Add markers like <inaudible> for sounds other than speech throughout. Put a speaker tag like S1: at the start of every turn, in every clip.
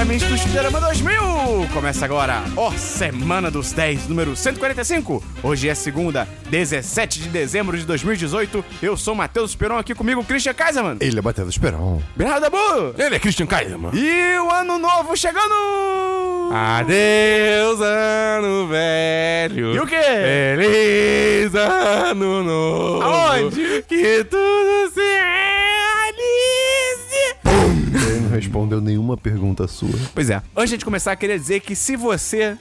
S1: Fliperama 2000! Começa agora, ó, Semana dos 10, número 145. Hoje é segunda, 17 de dezembro de 2018. Eu sou Matheus Peron, aqui comigo, Christian Kaiserman.
S2: Ele é Matheus Esperão.
S1: Bernardo Dabu!
S2: Ele é Christian Kaiserman.
S1: E o ano novo chegando!
S2: Ah, Adeus, ano velho.
S1: E o quê?
S2: é Feliz ano novo.
S1: Aonde?
S2: Que tudo se realize.
S3: Ele não respondeu nenhuma pergunta sua.
S1: Pois é. Antes de começar, queria dizer que se você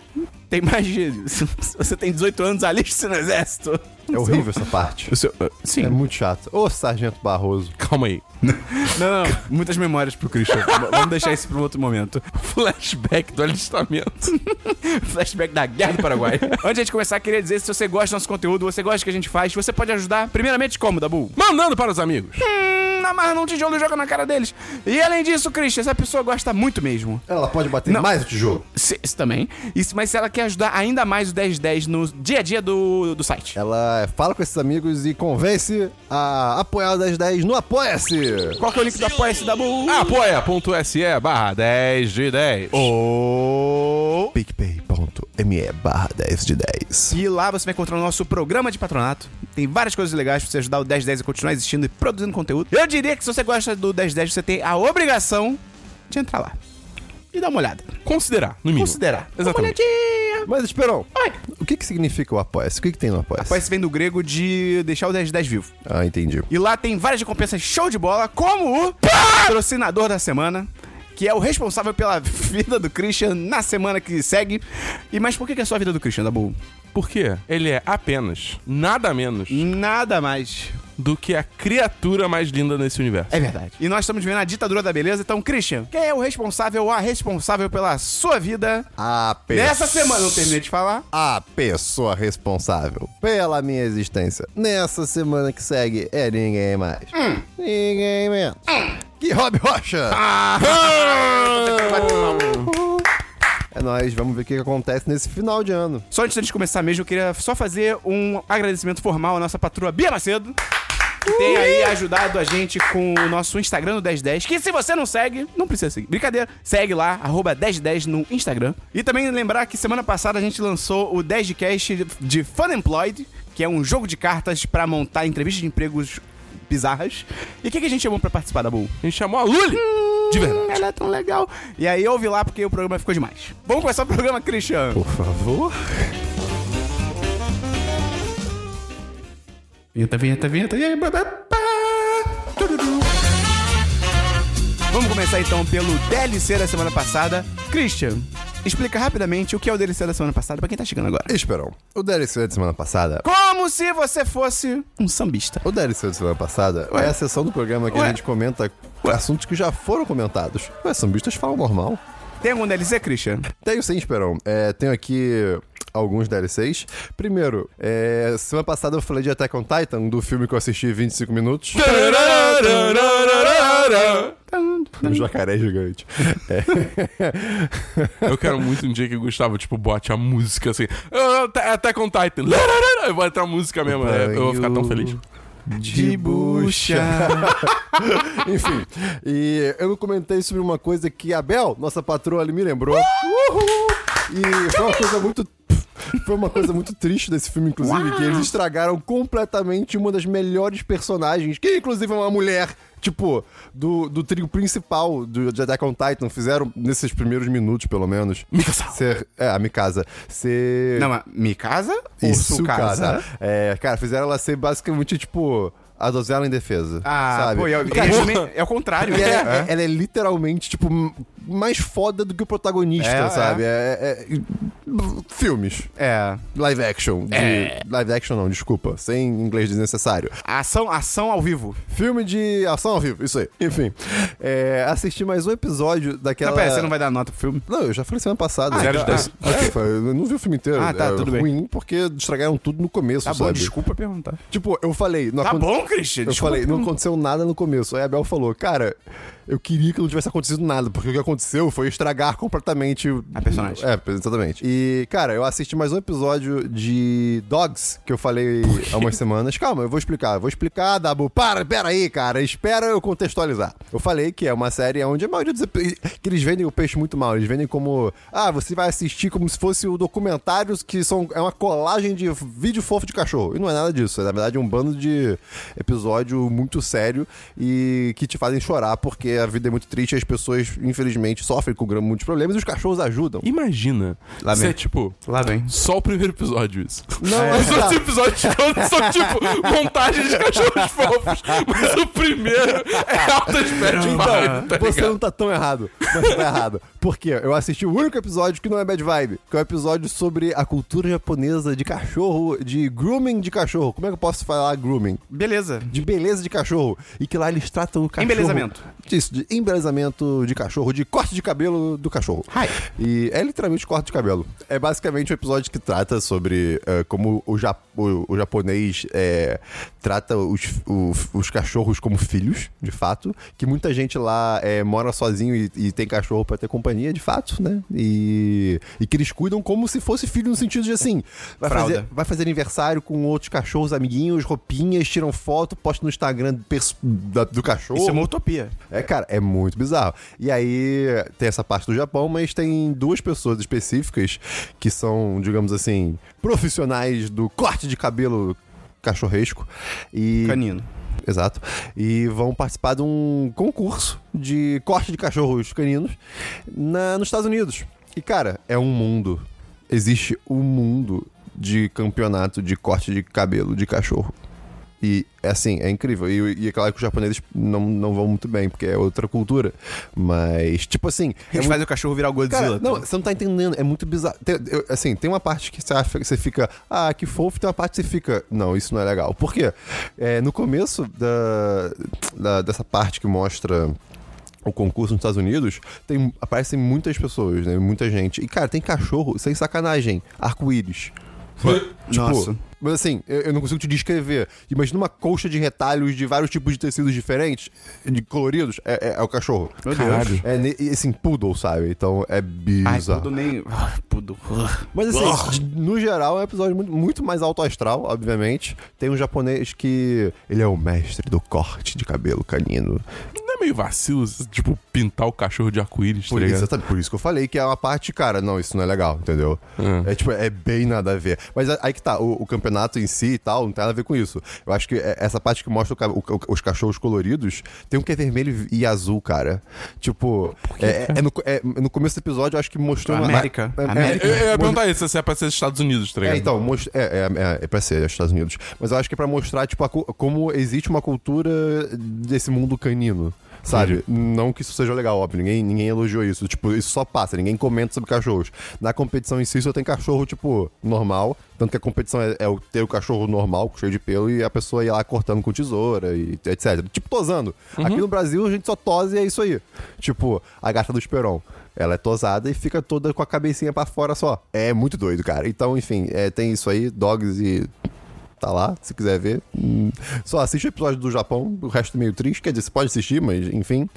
S1: tem mais de... <laughs> Se você tem 18 anos, aliste-se no exército.
S3: É horrível essa parte.
S2: O seu- ah,
S1: Sim.
S3: É muito chato. Ô, Sargento Barroso.
S2: Calma aí.
S1: Não, não. Muitas memórias pro Christian. V- Vamos deixar isso pra um outro momento.
S2: Flashback do alistamento.
S1: Flashback da Guerra do Paraguai. <laughs> Antes de começar, queria dizer, se você gosta do nosso conteúdo, você gosta do que a gente faz, você pode ajudar, primeiramente, como, Dabu?
S2: <laughs> Mandando para os amigos.
S1: Hum, amarra um tijolo e joga na cara deles. E além disso, Christian, essa pessoa gosta muito mesmo.
S3: Ela pode bater
S1: Não.
S3: mais o tijolo.
S1: Se- Isso também. Isso, mas se ela quer ajudar ainda mais o 1010 no dia a dia do, do site.
S3: Ela fala com esses amigos e convence a apoiar o 1010 no Apoia-se.
S1: Qual que é o link do Apoia-se, Dabu?
S2: Ah, Apoia.se barra 10 de 10.
S1: Ou...
S3: PicPay.me barra 10 de 10.
S1: E lá você vai encontrar o nosso programa de patronato. Tem várias coisas legais pra você ajudar o 1010 a continuar existindo e produzindo conteúdo. Eu diria que se você gosta do 1010, você tem a obrigação de entrar lá. E dar uma olhada.
S2: Considerar, no mínimo.
S1: Considerar. Dá Uma
S2: Exatamente.
S1: olhadinha.
S3: Mas, Esperão,
S1: Oi.
S3: o que que significa o Apoia-se? O que que tem no Apoia-se?
S1: Apoia-se vem do grego de deixar o 1010 vivo.
S3: Ah, entendi.
S1: E lá tem várias recompensas show de bola, como o patrocinador da semana, que é o responsável pela vida do Christian na semana que segue. E mas por que que é só a vida do Christian, Dabu?
S2: Por quê? Ele é apenas, nada menos,
S1: Nada mais.
S2: do que a criatura mais linda nesse universo.
S1: É verdade. E nós estamos vivendo a ditadura da beleza, então, Christian, quem é o responsável ou a responsável pela sua vida?
S3: A pessoa...
S1: Nessa semana, não terminei de falar.
S3: A pessoa responsável pela minha existência nessa semana que segue é ninguém mais. Ninguém menos. Que Rob Rocha! É nóis, vamos ver o que que acontece nesse final de ano.
S1: Só antes da gente começar mesmo, eu queria só fazer um agradecimento formal à nossa patroa Bia Macedo. Que tem aí ajudado a gente com o nosso Instagram do 1010. Que se você não segue, não precisa seguir. Brincadeira. Segue lá, arroba 1010 no Instagram. E também lembrar que semana passada a gente lançou o 10 de cast de Fun Employed, que é um jogo de cartas pra montar entrevistas de empregos bizarras. E o que, que a gente chamou pra participar da Bull?
S2: A gente chamou a Lully. De verdade.
S1: Ela é tão legal. E aí ouve lá porque o programa ficou demais. Vamos começar o programa, Christian.
S3: Por favor.
S1: Vinheta, vinheta, vinheta. E aí, blá, blá, blá. Tururu. Vamos começar então pelo DLC da semana passada. Christian, explica rapidamente o que é o DLC da semana passada pra quem tá chegando agora.
S3: Esperão, o DLC de semana passada.
S1: Como se você fosse um sambista.
S3: O DLC de semana passada é a sessão do programa que
S1: Ué.
S3: a gente comenta assuntos que já foram comentados. Ué, sambistas falam normal.
S1: Tem algum DLC, Christian?
S3: Tenho sim, Esperão. É, tenho aqui alguns DLCs. Primeiro, é, semana passada eu falei de Attack on Titan, do filme que eu assisti em 25 minutos. <laughs> Um jacaré gigante. É,
S2: Eu quero muito um dia que o Gustavo, tipo, bote a música assim. "Ah, tá- Até com Titan. <laughs> Eu vou entrar a música mesmo. né? Eu vou ficar tão feliz.
S3: De Enfim, e eu comentei sobre uma coisa que a Bel, nossa patroa, ali me lembrou. E foi uma coisa muito. Foi uma coisa muito triste desse filme, inclusive, que eles estragaram completamente uma das melhores personagens, que inclusive é uma mulher, tipo, do, do trio principal do, de Attack on Titan, fizeram nesses primeiros minutos, pelo menos.
S2: Mikasa.
S3: Ser, é, a Mikasa. Ser.
S1: Não, é mas me casa ou
S3: Isso,
S1: su
S3: cara.
S1: casa?
S3: É, cara, fizeram ela ser basicamente, tipo, a dozela em defesa.
S1: Ah,
S3: sabe?
S1: pô, é,
S3: Cara,
S1: é- é o contrário.
S3: e ela, é- ela é literalmente, tipo, m- mais foda do que o protagonista,
S1: É,
S3: sabe? É- é- é- Filmes.
S1: É.
S3: Live action. de- Live action não, desculpa. Sem inglês desnecessário.
S1: Ação, ação ao vivo.
S3: Filme de ação ao vivo, isso aí. Enfim. É, assisti mais um episódio daquela.
S1: Não, pera, você não vai dar nota pro filme?
S3: Não, eu já falei semana passada.
S2: Ah, Zero de
S3: Ah,
S2: dez.
S3: é, foi, eu não vi o filme inteiro.
S1: Ah, tá,
S3: É
S1: tudo bem.
S3: ruim porque estragaram tudo no começo,
S1: Tá bom,
S3: sabe?
S1: desculpa perguntar.
S3: Tipo, eu falei... Não
S1: Tá
S3: aconte-
S1: bom, Christian,
S3: Eu
S1: desculpa
S3: falei, não
S1: perguntar.
S3: aconteceu nada no começo. Aí a Bel falou, cara, eu queria que não tivesse acontecido nada, porque o que aconteceu foi estragar completamente o-
S1: A personagem.
S3: É, exatamente. E, cara, eu assisti mais um episódio de Dogs, que eu falei há umas semanas. Calma, eu vou explicar. Eu Vou explicar, Dabu. Para, pera aí, cara. Espera eu contextualizar. Eu falei que é uma série onde a maioria dos... epi- Que eles vendem o peixe muito mal. Eles vendem como... Ah, você vai assistir como se fosse o documentários que são... É uma colagem de vídeo fofo de cachorro. E não é nada disso. É, na verdade, um bando de episódio muito sério e que te fazem chorar porque a vida é muito triste e as pessoas, infelizmente, sofrem com gran- muitos problemas e os cachorros ajudam.
S2: Imagina
S3: Lá
S2: se é
S3: vem.
S2: tipo.
S1: Lá vem.
S2: Só o primeiro episódio,
S3: <laughs>
S2: isso.
S3: Não, é,
S2: Os outros episódios todos são tipo montagem de cachorros fofos. Mas o primeiro é altas pé de barra, tá
S3: Então, Você
S2: ligado?
S3: não tá tão errado, mas você tá errado. Por quê? Eu assisti o único episódio que não é Bad Vibe, que é o episódio sobre a cultura japonesa de cachorro, de grooming de cachorro. Como é que eu posso falar grooming?
S1: Beleza.
S3: De beleza de cachorro. E que lá eles tratam o cachorro.
S1: Embelezamento.
S3: Isso, de embelezamento de cachorro, de corte de cabelo do cachorro.
S1: Ai.
S3: E é literalmente corte de cabelo. É basicamente um episódio que trata sobre eh, como o, ja- o- o japonês eh, trata os, o- os cachorros como filhos, de fato. Que muita gente lá eh, mora sozinho e, e tem cachorro pra ter companhia, de fato, né? E, e que eles cuidam como se fosse filho no sentido de assim. Vai
S1: Fralda.
S3: fazer, vai fazer aniversário com outros cachorros, amiguinhos, roupinhas, tiram foto, postam no Instagram pers- da- do cachorro.
S1: Isso é uma utopia.
S3: É, cara, é muito bizarro. E aí tem essa parte do Japão, mas tem duas pessoas específicas que são, digamos assim, profissionais do corte de cabelo cachorresco. E.
S1: Canino.
S3: Exato. E vão participar de um concurso de corte de cachorros caninos na, nos Estados Unidos. E, cara, é um mundo. Existe um mundo de campeonato de corte de cabelo de cachorro. E, é assim, é incrível. E, e é claro que os japoneses não, não vão muito bem, porque é outra cultura. Mas, tipo assim... é
S1: Eles
S3: muito-
S1: fazem o cachorro virar o Godzilla.
S3: Cara, não,
S1: tá?
S3: você não tá entendendo, é muito bizarro. Tem- eu- assim, tem uma parte que você, acha- que você fica, ah, que fofo, tem uma parte que você fica, não, isso não é legal. Por quê? É, no começo da, da- dessa parte que mostra o concurso nos Estados Unidos, tem, aparecem muitas pessoas, né? Muita gente. E, cara, tem cachorro, sem sacanagem, arco-íris. Tipo,
S1: Nossa.
S3: Mas assim, eu, eu não consigo te descrever. Imagina uma colcha de retalhos de vários tipos de tecidos diferentes, de coloridos, é, é- é o cachorro.
S1: Meu Deus.
S2: Caralho.
S3: É, ne- e, assim, poodle, sabe? Então é
S1: Ai,
S3: bizarro.
S1: tudo nem. Ah, Tudo.
S3: Mas assim, no geral é um episódio muito, muito mais alto astral, obviamente. Tem um japonês que. Ele é o mestre do corte de cabelo canino.
S2: Não é meio vacilo, tipo, pintar o cachorro de arco-íris, tá
S3: Por,
S2: ligado?
S3: isso, por isso que eu falei que é uma parte, cara, não, isso não é legal, entendeu?
S1: Hum.
S3: É tipo, é bem nada a ver. Mas a- aí que tá, o, o campeonato em si e tal, não tem nada a ver com isso. Eu acho que é- essa parte que mostra o ca- o- o- os cachorros coloridos, tem um que é vermelho e azul, cara. Tipo, é, é- é no, é- no começo do episódio, eu acho que mostrou uma-
S1: Tipo, América.
S3: É- é-
S1: América.
S2: Eu, eu ia
S3: mostrou-
S2: perguntar isso, se é pra ser dos Estados Unidos, tá ligado?
S3: É, então, most- é, é, é, é pra ser, é os Estados Unidos. Mas eu acho que é pra mostrar, tipo, a cu- como existe uma cultura desse mundo canino. Sabe? Não que isso seja legal, óbvio. Ninguém, ninguém elogiou isso. Tipo, isso só passa, ninguém comenta sobre cachorros. Na competição em si, só tem cachorro, tipo, normal. Tanto que a competição é, é o ter o cachorro normal, cheio de pelo, e a pessoa ia lá cortando com tesoura e etc. Tipo, tosando. Aqui no Brasil, a gente só tose e é isso aí. Tipo, a gata do Esperon. Ela é tosada e fica toda com a cabecinha pra fora só. É muito doido, cara. Então, enfim, é, tem isso aí, dogs e. Tá lá, se quiser ver. Hum, Só assiste o episódio do Japão, o resto é meio triste. Quer dizer, você pode assistir, mas enfim.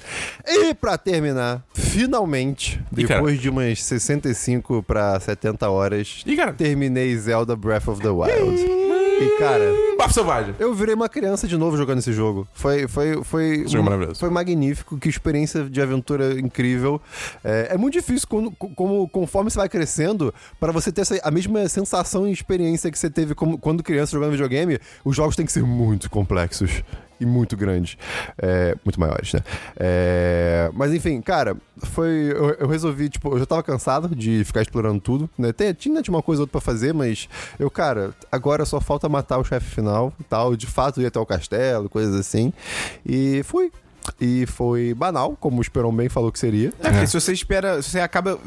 S3: E pra terminar, finalmente,
S2: E, cara-
S3: depois de umas 65 pra 70 horas,
S2: E, cara-
S3: terminei Zelda Breath of the Wild. E cara,
S2: Um bafo selvagem.
S3: eu virei uma criança de novo jogando esse jogo. Foi, foi, foi,
S2: jogo é maravilhoso.
S3: foi magnífico, que experiência de aventura incrível. É, é muito difícil quando, co- como, conforme você vai crescendo, pra você ter essa- a mesma sensação e experiência que você teve como- quando criança jogando videogame. Os jogos têm que ser muito complexos e muito grandes, É, muito maiores, né? É, mas enfim, cara, foi eu, eu resolvi tipo, eu já tava cansado de ficar explorando tudo, né? Tem- tinha tinha uma coisa ou outra pra fazer, mas eu, cara, agora só falta matar o chefe final, e tal, de fato ir até o castelo, coisas assim. E fui. E foi banal, como o Esperon bem falou que seria.
S1: É, porque se você espera, se você acaba.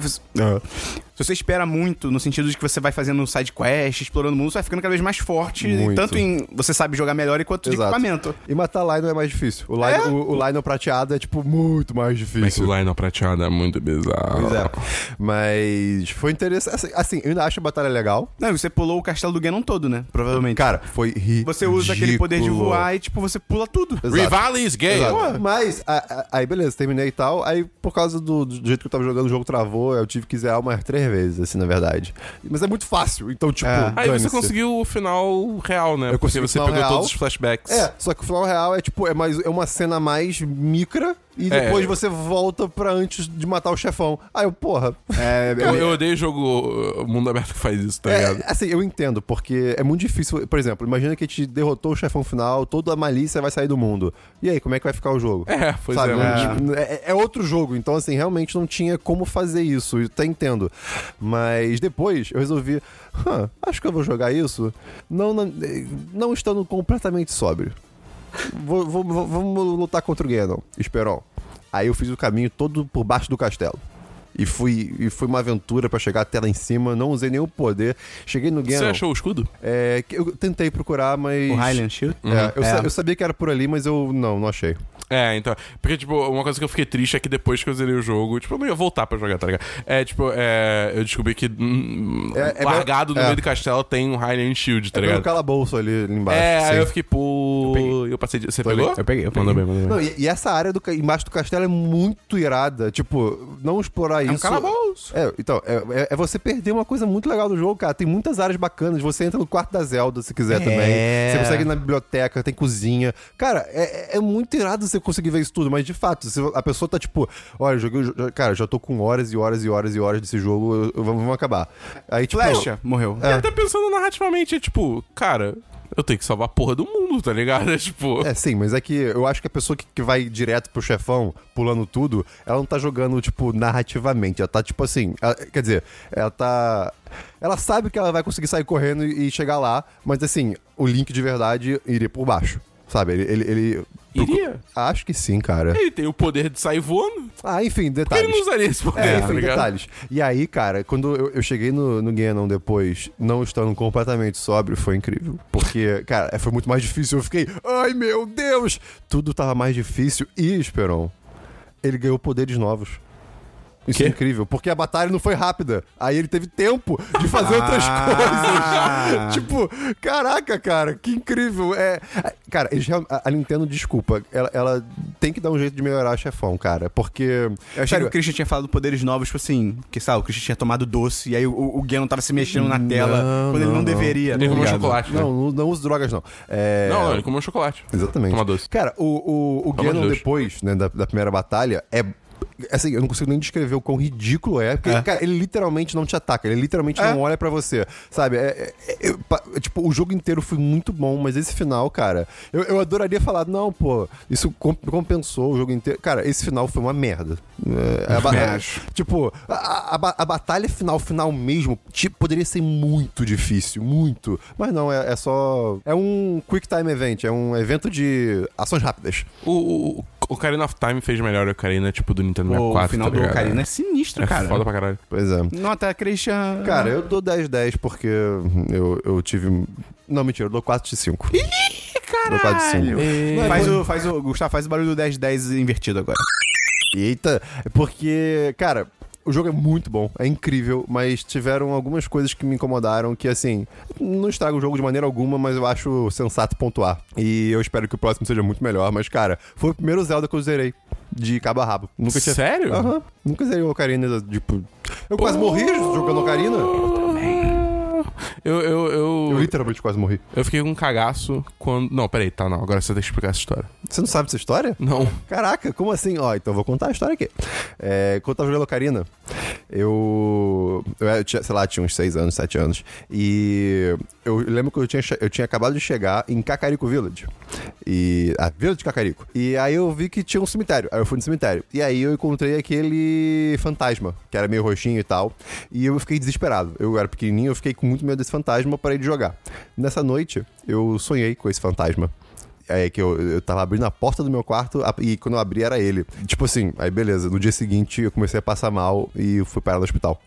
S1: Se você espera muito, no sentido de que você vai fazendo side quest, explorando o mundo, você vai ficando cada vez mais forte,
S3: Muito.
S1: tanto em você sabe jogar melhor quanto de
S3: Exato.
S1: equipamento.
S3: E matar Lionel é mais difícil. O Lionel, o, o Lionel prateado é, tipo, muito mais
S2: Mas que
S3: difícil.
S2: o Lionel prateado é muito bizarro.
S3: Pois é. Mas foi interessante. Assim, Assim, eu ainda acho a batalha legal.
S1: Não, e você pulou o castelo do Ganon todo, né? Provavelmente.
S3: Cara, foi ridículo.
S1: Você usa aquele poder de voar e, tipo, você pula tudo.
S3: Exato.
S2: Rivalis gay.
S3: Exato. Mas, a- a- aí beleza, terminei e tal. Aí, por causa do, do jeito que eu tava jogando, o jogo travou. Eu tive que zerar umas três vezes, assim, na verdade. Mas é muito fácil, então, tipo.
S1: É.
S2: Aí você
S3: dane-se.
S2: conseguiu o final real, né?
S3: Eu consegui o
S2: Porque você
S3: final
S2: pegou
S3: real.
S2: todos os flashbacks.
S3: É, só que o final real é tipo, é, mais, é uma cena mais micra e
S2: É.
S3: depois você volta pra antes de matar o chefão. Aí eu, porra.
S1: É,
S3: <laughs>
S2: Eu, eu odeio jogo uh, mundo aberto que faz isso, tá
S3: É,
S2: ligado?
S3: assim, eu entendo, porque é muito difícil. Por exemplo, imagina que a gente derrotou o chefão final, toda a malícia vai sair do mundo. E aí, como é que vai ficar o jogo?
S2: É, pois
S3: Sabe,
S2: é.
S3: não-
S2: mas-
S1: é.
S3: tipo, é, é outro jogo, então assim, realmente não tinha como fazer isso, eu até entendo. Mas depois eu resolvi, "Hã, acho que eu vou jogar isso, não, não, eh, não estando completamente sóbrio. Vou- vou- vou- vamos lutar contra o Ganon, Esperon. Aí eu fiz o caminho todo por baixo do castelo. E fui, e foi uma aventura pra chegar até lá em cima, não usei nenhum poder. Cheguei no
S2: Você
S3: Ganon.
S2: achou o escudo?
S3: é, que eu tentei procurar, mas.
S1: O Highland Shield.
S3: É, eu, sa-
S1: É.
S3: eu sabia que era por ali, mas eu não, não achei.
S2: É, então. Porque, tipo, uma coisa que eu fiquei triste é que depois que eu zerei o jogo, tipo, eu não ia voltar pra jogar, tá ligado? É, tipo, é, eu descobri que hum,
S3: É, é
S2: largado no
S3: meu- é.
S2: meio do castelo tem um Highland Shield, tá
S3: É pelo
S2: ligado?
S3: calabouço ali, ali embaixo.
S2: É,
S3: sim.
S2: aí eu fiquei, pô. Eu, passei. de- Você pegou?
S1: Eu peguei, eu peguei.
S2: Mandou bem, mandou bem.
S3: Não, e, e essa área do, ca- embaixo do castelo é muito irada. Tipo, não explorar isso.
S2: um calabouço.
S3: É, então, é, é- é você perder uma coisa muito legal do jogo, cara. Tem muitas áreas bacanas. Você entra no quarto da Zelda se
S1: É.
S3: quiser também. Você consegue ir na biblioteca, tem cozinha. Cara, é, é- é muito irado você conseguir ver isso tudo, mas de fato, se a pessoa tá tipo, olha, eu joguei. o jo- Cara, já tô com horas e horas e horas e horas desse jogo, eu- eu- vamos, vamos acabar. Aí, tipo.
S1: Flecha, morreu.
S2: Eu até pensando narrativamente, é tipo, cara, eu tenho que salvar a porra do mundo, tá ligado? <laughs> É tipo.
S3: É, sim, mas é que eu acho que a pessoa que, que vai direto pro chefão, pulando tudo, ela não tá jogando, tipo, narrativamente. Ela tá, tipo assim. ela- quer dizer, ela tá. Ela sabe que ela vai conseguir sair correndo e, e chegar lá, mas assim, o link de verdade iria por baixo. Sabe? Ele. ele, ele-
S2: Iria?
S3: Acho que sim, cara.
S2: Ele tem o poder de sair voando.
S3: Ah, enfim,
S2: Por que
S3: detalhes.
S2: ele não usaria esse
S1: tipo,
S2: poder,
S1: né,
S3: É,
S2: tá
S3: enfim,
S2: ligado?
S3: detalhes. E aí, cara, quando eu, eu cheguei no, no Ganon depois, não estando completamente sóbrio, foi incrível. Porque, cara, é, foi muito mais difícil. Eu fiquei, ai meu Deus! Tudo tava mais difícil. E, Esperon, ele ganhou poderes novos. Isso é
S2: Quê?
S3: incrível, porque a batalha não foi rápida. Aí ele teve tempo de fazer outras
S1: Ah.
S3: coisas. <laughs> tipo, caraca, cara, que incrível. É, cara, eles real- a, a Nintendo, desculpa, ela, ela tem que dar um jeito de melhorar o chefão, cara. Porque.
S1: Eu achei que
S3: sério,
S1: o Christian tinha falado poderes novos, tipo assim, que sabe, o Christian tinha tomado doce, e aí o, o Ganon tava se mexendo na tela
S3: Hum, Não,
S1: quando ele não,
S3: não, não.
S1: deveria.
S2: Ele
S1: tá
S2: comeu
S1: ligado?
S2: chocolate, né?
S3: Não, não, não uso drogas, não. É...
S2: Não, não, ele comeu chocolate.
S3: Exatamente.
S2: Toma doce.
S3: Cara, o, o, o
S2: Toma
S3: Ganon
S2: doce.
S3: depois, né, da, da primeira batalha, é. Assim, eu não consigo nem descrever o quão ridículo é, porque,
S1: É.
S3: cara, ele literalmente não te ataca, ele literalmente
S1: É.
S3: não olha pra você, sabe? É- é- é- eu- pa- tipo, o jogo inteiro foi muito bom, mas esse final, cara, eu, eu adoraria falar, não, pô, isso com- compensou o jogo inteiro. Cara, esse final foi uma merda. É, a ba-
S1: Também acho.
S3: Tipo, a, a, ba- a batalha final, final mesmo, tipo, poderia ser muito difícil, muito. Mas não, é, é só. É um quick time event, é um evento de ações rápidas.
S2: O, o, o Ocarina of Time fez melhor o Ocarina, tipo, do Nintendo
S1: Pô,
S2: 64.
S1: o final
S2: tá
S1: do
S2: ligado?
S1: Ocarina é sinistro,
S2: É
S1: cara.
S2: foda pra caralho.
S3: Pois é.
S1: Nota, Christian.
S3: Cara, eu dou 10-10 porque eu, eu tive. Não, mentira, eu dou 4 de 5. Dou 4 de 5.
S1: Faz o, faz o, Gustavo, faz o barulho do 10-10 invertido agora.
S3: Eita, é porque, cara, o jogo é muito bom, é incrível, mas tiveram algumas coisas que me incomodaram que, assim, não estraga o jogo de maneira alguma, mas eu acho sensato pontuar. E eu espero que o próximo seja muito melhor, mas, cara, foi o primeiro Zelda que eu zerei, de cabo a rabo. Nunca tinha...
S2: Sério?
S3: Aham, nunca zerei o Ocarina, tipo... Eu quase morri jogando Ocarina.
S2: Eu, eu,
S3: Eu
S2: eu, eu,
S3: literalmente quase morri.
S2: fiquei com um cagaço quando. Não, peraí, tá, não. Agora você tem que explicar essa história.
S3: Você não sabe essa história?
S2: Não.
S3: Caraca, como assim? Ó, então eu vou contar a história aqui. É, quando eu tava jogando Ocarina, eu. Eu, era- tinha, sei lá, tinha uns 6 anos, 7 anos. E eu lembro que eu tinha, che- eu tinha acabado de chegar em Cacarico Village. E. A Vila de Cacarico. E aí eu vi que tinha um cemitério. Aí eu fui no cemitério. E aí eu encontrei aquele fantasma, que era meio roxinho e tal. E eu fiquei desesperado. Eu era pequenininho, eu fiquei com muito medo desse fantasma, eu parei de jogar. Nessa noite, eu sonhei com esse fantasma. É que eu, eu tava abrindo a porta do meu quarto a- e quando eu abri era ele. Tipo assim, aí beleza. No dia seguinte eu comecei a passar mal e fui parar no hospital.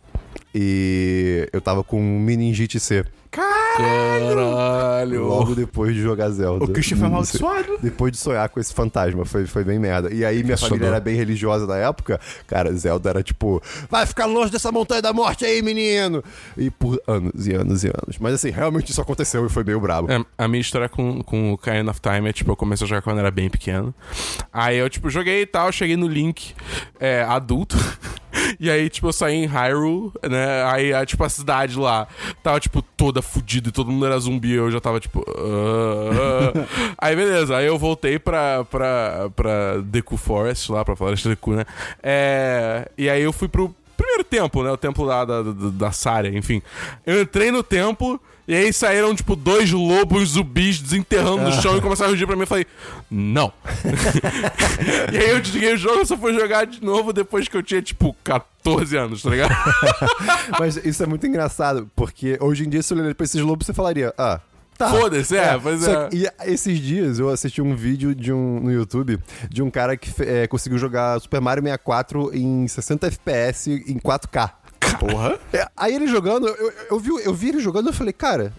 S3: e eu tava com meningite C
S2: Caralho.
S3: logo depois de jogar Zelda.
S1: O Christian foi
S3: Não
S1: amaldiçoado.
S3: sei. Depois de sonhar com esse fantasma, foi, foi bem merda. E aí minha
S2: Assustador.
S3: família era bem religiosa na época. Cara, Zelda era tipo, vai ficar longe dessa montanha da morte aí, menino! E por anos e anos e anos. Mas assim, realmente isso aconteceu e foi meio
S2: <laughs>
S3: brabo.
S2: É, a minha história com, com o Kind of Time é, tipo, eu comecei a jogar quando era bem pequeno. Aí eu, tipo, joguei e tal, cheguei no Link é, adulto. <laughs> E aí, tipo, eu saí em Hyrule, né? Aí, a- tipo, a cidade lá tava, tipo, toda fodida e todo mundo era zumbi. Eu já tava, tipo. ah, ah. aí, beleza. Aí eu voltei pra, pra, pra Deku Forest, lá pra Floresta Deku, né? É, e aí eu fui pro, primeiro templo, né? O templo lá da, da, da Sária, enfim. Eu entrei no templo e aí saíram, tipo, dois lobos zumbis desenterrando no chão e começaram a rugir pra mim. Eu falei, não. e aí eu desliguei o jogo, eu só fui jogar de novo depois que eu tinha, tipo, 14 anos, tá ligado?
S3: Mas isso é muito engraçado, porque hoje em dia, se eu olhar pra esses lobos, você falaria, ah. Tá.
S2: Foda-se, é, pois
S3: Só
S2: é.
S3: que- e esses dias eu assisti um vídeo de um, no YouTube de um cara que fe- é, conseguiu jogar Super Mario 64 em 60 FPS em 4K.
S1: Porra.
S3: É, aí ele jogando, eu, eu- eu vi, eu vi ele jogando e eu falei, cara.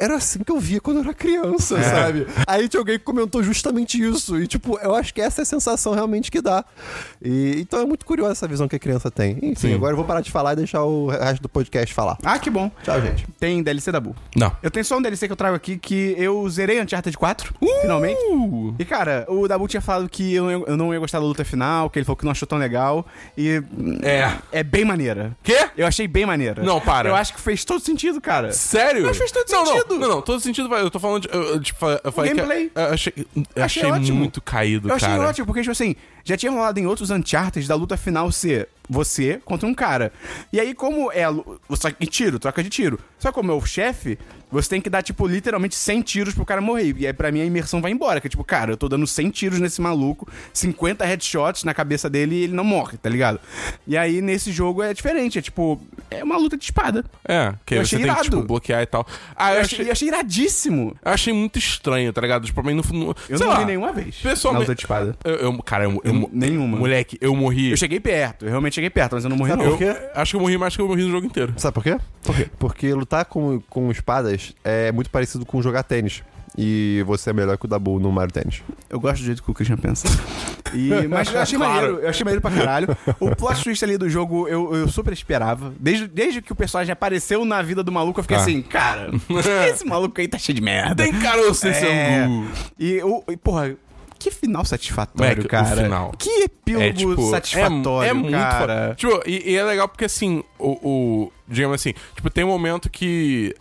S3: Era assim que eu via quando eu era criança, sabe? Aí tinha alguém que comentou justamente isso. E, tipo, eu acho que essa é a sensação realmente que dá. E, então é muito curiosa essa visão que a criança tem. Enfim,
S2: Sim.
S3: agora eu vou parar de falar e deixar o resto do podcast falar.
S1: Ah, que bom.
S3: Tchau, gente.
S1: Tem DLC da Bu.
S2: Não.
S1: Eu tenho só um DLC que eu trago aqui que eu zerei Uncharted 4, finalmente.
S2: Uh!
S1: E cara, o Dabu tinha falado que eu não, ia, eu não ia gostar da luta final, que ele falou que não achou tão legal. E.
S2: É.
S1: É bem maneira.
S2: Quê?
S1: Eu achei bem maneira.
S2: Não, para.
S1: Eu acho que fez todo sentido, cara.
S2: Sério?
S1: Mas fez todo
S2: não,
S1: sentido.
S2: Não, não, não, todo sentido vai. Eu tô falando de. Eu, eu, tipo, eu falei
S1: gameplay.
S2: Que, eu achei, eu
S1: Achei
S2: achei,
S1: ótimo.
S2: muito caído,
S1: Eu achei
S2: cara.
S1: ótimo, porque, tipo assim, já tinha rolado em outros Uncharted da luta final ser você contra um cara. E aí, como é. a lu- Só que tiro, troca de tiro. Só que como é o chefe, você tem que dar, tipo, literalmente 100 tiros pro cara morrer. E aí, pra mim, a imersão vai embora. Que, é tipo, cara, eu tô dando 100 tiros nesse maluco, 50 headshots na cabeça dele e ele não morre, tá ligado? E aí, nesse jogo é diferente. É tipo, é uma luta de espada.
S2: É, que
S1: Eu
S2: aí
S1: achei
S2: você tem que, tipo,
S1: irado.
S2: bloquear e tal. Ah,
S1: Eu
S2: eu
S1: achei,
S2: achei,
S1: eu achei iradíssimo.
S2: eu achei muito estranho, tá ligado? Tipo, pra mim não. não
S1: Eu
S2: sei
S1: não
S2: lá.
S1: vi nenhuma vez.
S2: pessoalmente-
S1: Na luta de espada.
S2: Eu, eu- cara, eu, eu,
S1: Eu- nenhuma.
S2: Moleque, eu morri.
S1: Eu cheguei perto, eu realmente cheguei perto, mas eu não morri,
S3: Sabe
S1: não.
S3: por quê?
S2: Eu- acho que eu morri mais que eu morri no jogo inteiro.
S3: Sabe por quê? Por quê? Porque lutar com, com espadas é muito parecido com jogar tênis. E você é melhor que o Dabu no Mario Tênis.
S1: Eu gosto do jeito que o Christian pensa. <laughs> E- mas eu achei
S2: Claro.
S1: maneiro, eu achei maneiro pra caralho. O plot twist ali do jogo eu, eu super esperava. Desde, desde que o personagem apareceu na vida do maluco, eu fiquei
S2: Ah.
S1: assim, <laughs> cara, esse maluco aí tá cheio de merda.
S2: Tem cara eu sei
S1: É.
S2: sangu.
S1: E, o e, porra, que final satisfatório,
S2: Moleque, o
S1: cara.
S2: final.
S1: Que epílogo
S2: É tipo.
S1: satisfatório,
S2: é, é muito
S1: cara.
S2: foda. Tipo, e, e é legal porque assim, o, o- Digamos assim, tipo, tem um momento que.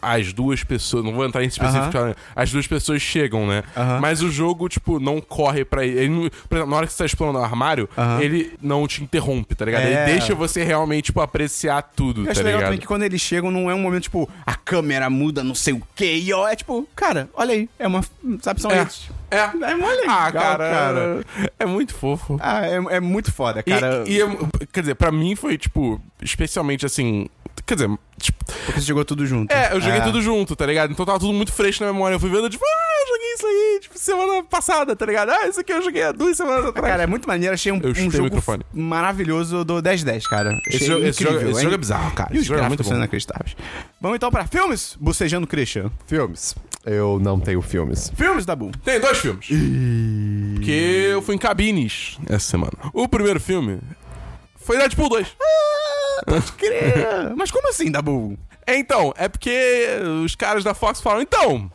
S2: As duas pessoas, não vou entrar em específico,
S1: Aham.
S2: as duas pessoas chegam, né?
S1: Aham.
S2: Mas o jogo, tipo, não corre pra ele. ele não- por exemplo, na hora que você tá explorando o armário,
S1: Aham.
S2: ele não te interrompe, tá ligado?
S1: É.
S2: Ele deixa você realmente, tipo, apreciar tudo,
S1: Eu
S2: tá
S1: acho legal também
S2: ligado?
S1: que quando eles chegam, não é um momento tipo, a câmera muda, não sei o quê, e ó, é tipo, cara, olha aí, é uma. Sabe, são eles.
S2: É. é.
S1: É mó <laughs> legal,
S2: Ah, cara,
S1: cara.
S2: É muito fofo.
S1: Ah, é, é muito foda,
S2: E-
S1: cara.
S2: E, é- quer dizer, pra mim foi, tipo, especialmente assim. Quer dizer, tipo,
S1: Porque você jogou tudo junto.
S2: é, eu joguei tudo junto, tá ligado? Então tava tudo muito fresco na memória. Eu fui vendo, tipo, ah, eu joguei isso aí, tipo, semana passada, tá ligado? Ah, isso aqui eu joguei há duas semanas
S1: Ah,
S2: atrás.
S1: Cara, é muito maneiro. Achei um,
S2: Eu
S1: um
S2: chutei o
S1: jogo
S2: microfone.
S1: f- maravilhoso do 1010, cara.
S2: Esse
S1: Achei
S2: jogo- esse
S1: incrível,
S2: jogo- esse
S1: hein?
S2: jogo é bizarro, cara.
S1: E os
S2: Esse jogo é
S1: gráficos
S2: muito
S1: são
S2: bom.
S1: inacreditáveis. Vamos então pra filmes? Bucejando Christian.
S3: Filmes. Eu não tenho filmes.
S1: Filmes da Boom.
S2: <laughs> Tem dois filmes. Porque eu fui em cabines essa semana. O primeiro filme foi Deadpool 2.
S1: Mas como assim, Dabu?
S2: Então, é porque os caras da Fox falaram, então,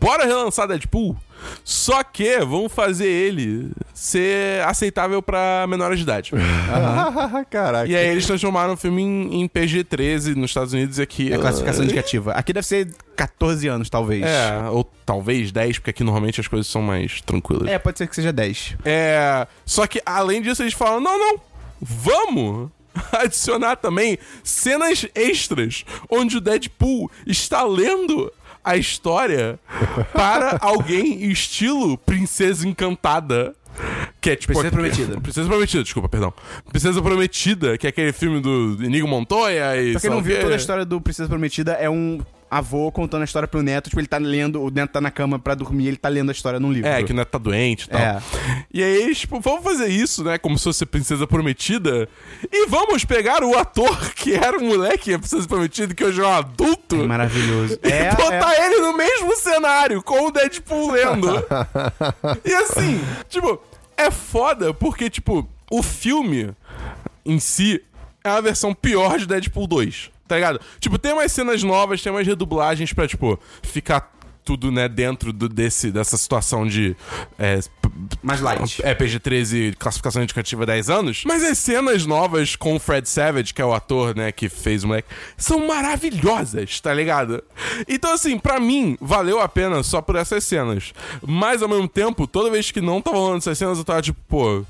S2: bora relançar Deadpool, só que vamos fazer ele ser aceitável pra menores
S1: <laughs>
S2: de idade.
S3: Ah, <laughs> Caraca.
S2: e aí eles transformaram o filme em, em PG-13 nos Estados Unidos e aqui... eh,
S1: É classificação indicativa. Aqui deve ser 14 anos, talvez.
S2: É, ou talvez 10, porque aqui normalmente as coisas são mais tranquilas.
S1: É, pode ser que seja 10.
S2: É, só que além disso eles falam, não, não, vamos <laughs> adicionar também cenas extras onde o Deadpool está lendo a história
S1: <laughs>
S2: para alguém estilo Princesa Encantada. Que é tipo.
S1: Princesa
S2: aquele-
S1: Prometida.
S2: Princesa Prometida, desculpa, perdão. Princesa Prometida, que é aquele filme do Inigo Montoya e.
S1: Pra quem
S2: sei lá
S1: não
S2: o
S1: viu,
S2: quê.
S1: toda a história do Princesa Prometida é um avô contando a história pro neto, tipo, ele tá lendo, o neto tá na cama pra dormir, ele tá lendo a história num livro.
S2: É, que o neto tá doente e tal.
S1: É.
S2: E aí, eles, tipo, vamos fazer isso, né? Como se fosse Princesa Prometida. E vamos pegar o ator <laughs> que era o moleque em Princesa Prometida, que hoje é um adulto. <laughs>
S1: maravilhoso.
S2: E
S1: É, é.
S2: botar ele no mesmo cenário com o Deadpool
S1: <laughs>
S2: lendo. e assim, tipo, é foda porque, tipo, o filme em si é a versão pior de Deadpool 2, tá ligado? Tipo, tem umas cenas novas, tem umas redublagens pra, tipo, ficar tudo, né, dentro do, desse, dessa situação de é, p-
S1: Mais light.
S2: é, PG-13, classificação indicativa 10 anos. Mas as cenas novas com o Fred Savage, que é o ator, né, que fez o moleque, são maravilhosas, tá ligado? Então, assim, pra mim, valeu a pena só por essas cenas. Mas, ao mesmo tempo, toda vez que não tava rolando essas cenas, eu tava tipo, pô...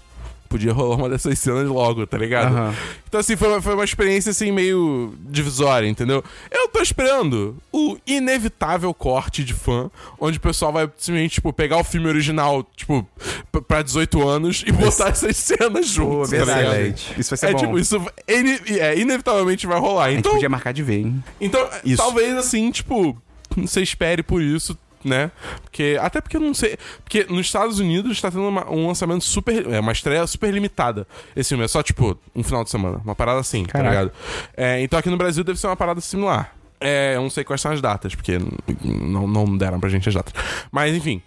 S2: Podia rolar uma dessas cenas logo, tá ligado?
S1: Aham.
S2: Então, assim, foi uma, foi uma experiência, assim, meio divisória, entendeu? Eu tô esperando o inevitável corte de fã, onde o pessoal vai simplesmente, tipo, pegar o filme original, tipo, p- pra 18 anos e botar essas cenas
S1: Pô,
S2: juntos, tá
S1: verdade.
S2: ligado?
S1: Isso vai ser
S2: É
S1: bom.
S2: tipo, isso ine- é, inevitavelmente vai rolar.
S1: A gente
S2: Então,
S1: podia marcar de ver, hein?
S2: então
S1: Isso.
S2: talvez assim, tipo, você espere por isso, né? Porque, até porque eu não sei. Porque nos Estados Unidos tá tendo uma- um lançamento super. É uma estreia super limitada. Esse filme é só, tipo, um final de semana. Uma parada assim,
S1: Caraca.
S2: tá ligado? É, então aqui no Brasil deve ser uma parada similar. É, eu não sei quais são as datas, porque n- não, não deram pra gente as datas. Mas enfim.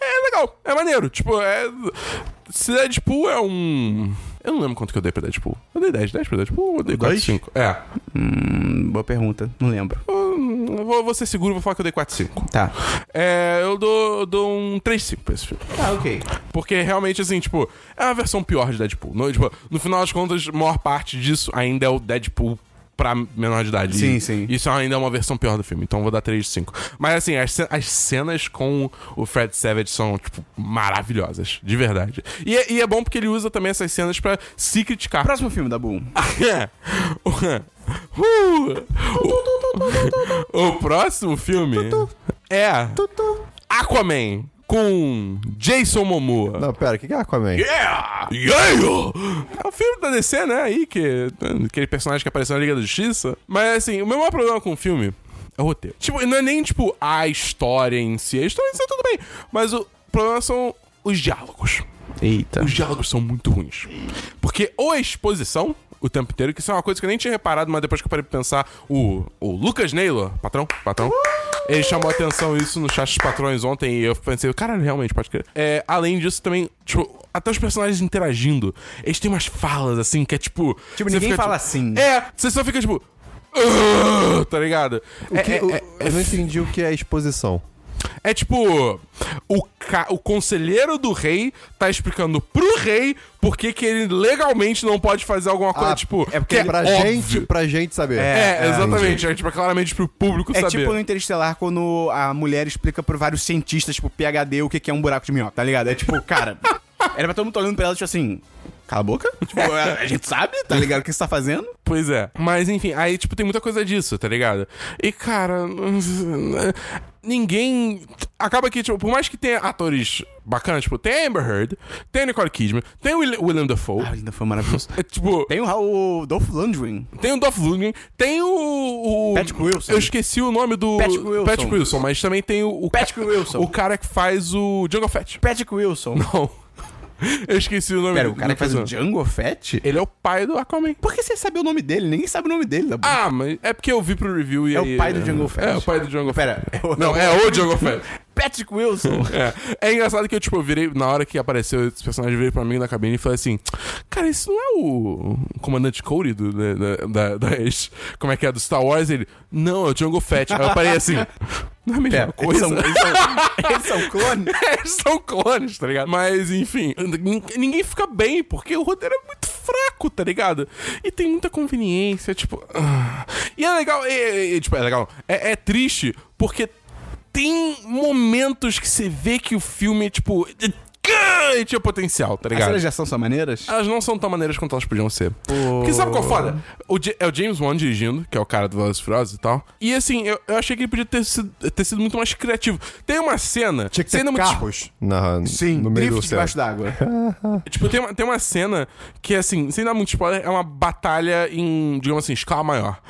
S2: É legal, é maneiro. Tipo, é. Se Deadpool é um. Eu não lembro quanto que eu dei pra Deadpool. Eu dei 10, 10 pra Deadpool, eu dei 4,
S1: Dois?
S2: 5. É.
S1: Hum, boa pergunta. Não lembro.
S2: Hum, Eu vou, vou ser seguro, vou falar que eu dei 4,5.
S1: Tá.
S2: É, eu dou, eu dou um 3,5 pra esse filme.
S1: Tá, ok.
S2: Porque realmente, assim, tipo, é a versão pior de Deadpool. No, tipo, no final das contas, a maior parte disso ainda é o Deadpool pra menor de idade.
S1: Sim,
S2: E
S1: sim.
S2: Isso ainda é uma versão pior do filme, então eu vou dar 3 de 5. Mas assim, as, ce- as cenas com o Fred Savage são, tipo, maravilhosas, de verdade. E é, e é bom porque ele usa também essas cenas pra se criticar.
S1: Próximo filme da Boom.
S2: <laughs> Uh! o, o próximo filme é Aquaman com Jason Momoa.
S3: Não, pera, o que que é Aquaman?
S2: Yeah! Yeah! É o filme da DC, né? Aí, que aquele personagem que apareceu na Liga da Justiça. Mas, assim, o meu maior problema com o filme é o roteiro. Tipo, não é nem, tipo, a história em si. A história em si é tudo bem. Mas o problema são os diálogos
S1: Eita.
S2: os diálogos são muito ruins. Porque ou a exposição o tempo inteiro, que isso é uma coisa que eu nem tinha reparado, mas depois que eu parei pra pensar, o, o Lucas Naylor, patrão, patrão, ele chamou atenção isso no chat dos patrões ontem e eu pensei, caralho, realmente, pode crer. É, além disso, também, tipo, até os personagens interagindo, eles têm umas falas assim que é tipo.
S1: Tipo,
S2: você
S1: ninguém
S2: fica,
S1: fala
S2: tipo,
S1: assim.
S2: É, você só fica tipo. "Ugh", Tá ligado?
S3: O que-
S2: É- é-
S3: o- eu não entendi o que é exposição.
S2: é tipo, o, ca- o conselheiro do rei tá explicando pro rei por que que ele legalmente não pode fazer alguma coisa,
S3: Ah,
S2: tipo...
S1: é porque
S2: que
S3: pra
S2: óbvio.
S3: gente, pra gente saber.
S2: É,
S1: é,
S2: exatamente. É, tipo, claramente pro público
S1: É
S2: saber.
S1: tipo no Interestelar quando a mulher explica pra vários cientistas, tipo, PHD, o que que é um buraco de minhoca, tá ligado? É tipo, cara, era pra todo mundo olhando pra ela, tipo assim, cala a boca? Tipo, a, a gente sabe, tá ligado? O que você tá fazendo?
S2: Pois é. Mas enfim, aí, tipo, tem muita coisa disso, tá ligado? E, cara. <laughs> Ninguém. Acaba que, tipo, por mais que tenha atores bacanas, tipo, tem a Amber Heard, tem a Nicole Kidman, tem o Will- William Dafoe.
S1: Ah, ainda foi maravilhoso.
S2: É, tipo,
S1: Tem o, Ra- o Dolph Lundgren.
S2: Tem o Dolph Lundgren, tem o, o...
S1: Patrick Wilson.
S2: Eu esqueci o nome do...
S1: Patrick Wilson.
S2: Patrick Wilson, mas também tem o... o
S1: Patrick
S2: ca-
S1: Wilson.
S2: O cara que faz o Jungle Fett.
S1: Patrick Wilson.
S2: Não. <laughs> Eu esqueci o nome
S1: Pera,
S2: do-
S1: o cara
S2: do
S1: que faz o
S2: personagem.
S1: Django Fett?
S2: Ele é o pai do Aquaman.
S1: Por que você sabe o nome dele? Ninguém sabe o nome dele, tá bom?
S2: Ah, mas é porque eu vi pro review e
S1: É o
S2: aí-
S1: pai do Jungle Fett.
S2: É, o pai do Jungle Fett.
S1: Pera, é o-
S2: Não, é o Jungle Fett.
S1: Patrick
S2: <laughs>
S1: Wilson.
S2: É. é engraçado que eu, tipo, eu virei... Na hora que apareceu esse personagem, eu virei pra mim na cabine e falei assim... Cara, isso não é o comandante Cody do, né, da, da, da- das- Como é que é? Do Star Wars? Ele... Não, é o Jungle Fett. Aí eu parei assim... <laughs> Não é a mesma
S1: Pera, eles
S2: coisa?
S1: são,
S2: Tá
S1: eles são, eles são clones?
S2: <laughs> Eles são clones, tá ligado? Mas, enfim, nin- ninguém fica bem, porque o roteiro é muito fraco, tá ligado? E tem muita conveniência, tipo. ah. E é legal, é, é- é, tipo, é legal. É, é triste, porque tem momentos que você vê que o filme, tipo. "Cã!" e tinha potencial, tá
S1: As
S2: ligado? Ah,
S1: cenas de ação são maneiras?
S2: Elas não são tão maneiras quanto elas podiam ser. Porque sabe qual é foda? O Ja- é o James Wan dirigindo, que é o cara do Velozes e Furiosos e tal. E assim, eu, eu achei que ele podia ter sido, ter sido muito mais criativo. Tem uma cena...
S3: Tinha que ter
S2: cena muito-
S3: carros na, no meio do
S1: drift
S3: céu.
S1: debaixo d'água.
S2: Tipo, tem uma, tem uma cena que, assim, sem dar muito spoiler, é uma batalha em, digamos assim, escala maior.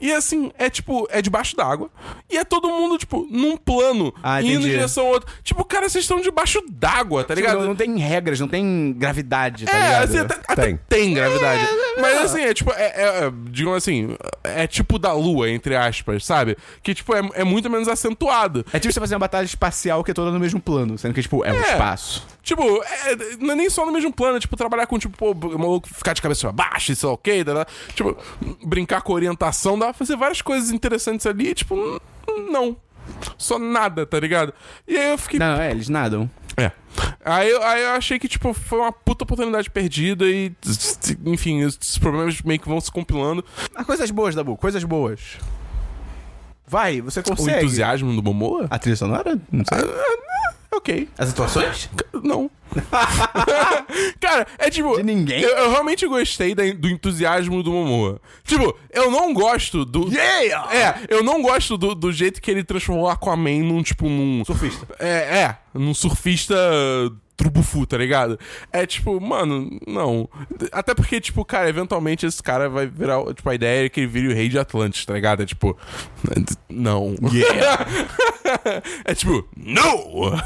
S2: E, assim, é tipo, é debaixo d'água. E é todo mundo, tipo, num plano,
S1: Ah,
S2: indo em
S1: entendi. Tipo,
S2: direção ao outro. Tipo, cara, vocês estão debaixo d'água, tá ligado?
S1: Não, não tem regras, não tem gravidade, tá
S2: é,
S1: ligado?
S2: assim, até, até tem.
S3: Tem.
S2: gravidade. Mas assim, é tipo, é, é, é, digamos assim, é tipo da lua, entre aspas, sabe? Que, tipo, é, é muito menos acentuado.
S1: É tipo você fazer uma batalha espacial que é toda no mesmo plano, sendo que, tipo, é um
S2: É.
S1: espaço.
S2: Tipo, é, não é nem só no mesmo plano, é, tipo, trabalhar com, tipo, pô, o maluco ficar de cabeça pra baixo, isso é ok, tá, tá. tipo, brincar com orientação, dá pra fazer várias coisas interessantes ali, e, tipo, n- não. Só nada, tá ligado? E aí eu fiquei.
S1: Não, é, eles nadam.
S2: É. Aí, eu- aí eu achei que, tipo, foi uma puta oportunidade perdida e, tss, tss, enfim, esses problemas meio que vão se compilando.
S1: Ah, coisas boas, Dabu, coisas boas. Vai, você
S2: O
S1: consegue.
S2: entusiasmo do Momoa?
S1: A trilha sonora? Não sei.
S2: Ok.
S1: As atuações?
S2: Não. <laughs> Cara, é tipo.
S1: De ninguém?
S2: Eu, eu realmente gostei da- do entusiasmo do Momoa. Tipo, eu não gosto do.
S1: Yeah!
S2: É, eu não gosto do, do jeito que ele transformou Aquaman num, tipo, num.
S1: Surfista.
S2: É, é, num surfista trubufu, tá ligado? É tipo, mano, não. Até porque, tipo, cara, eventualmente esse cara vai virar. o- Tipo, a ideia é que ele vire o rei de Atlantis, tá ligado? É tipo. <laughs> Não. <laughs> é tipo, não!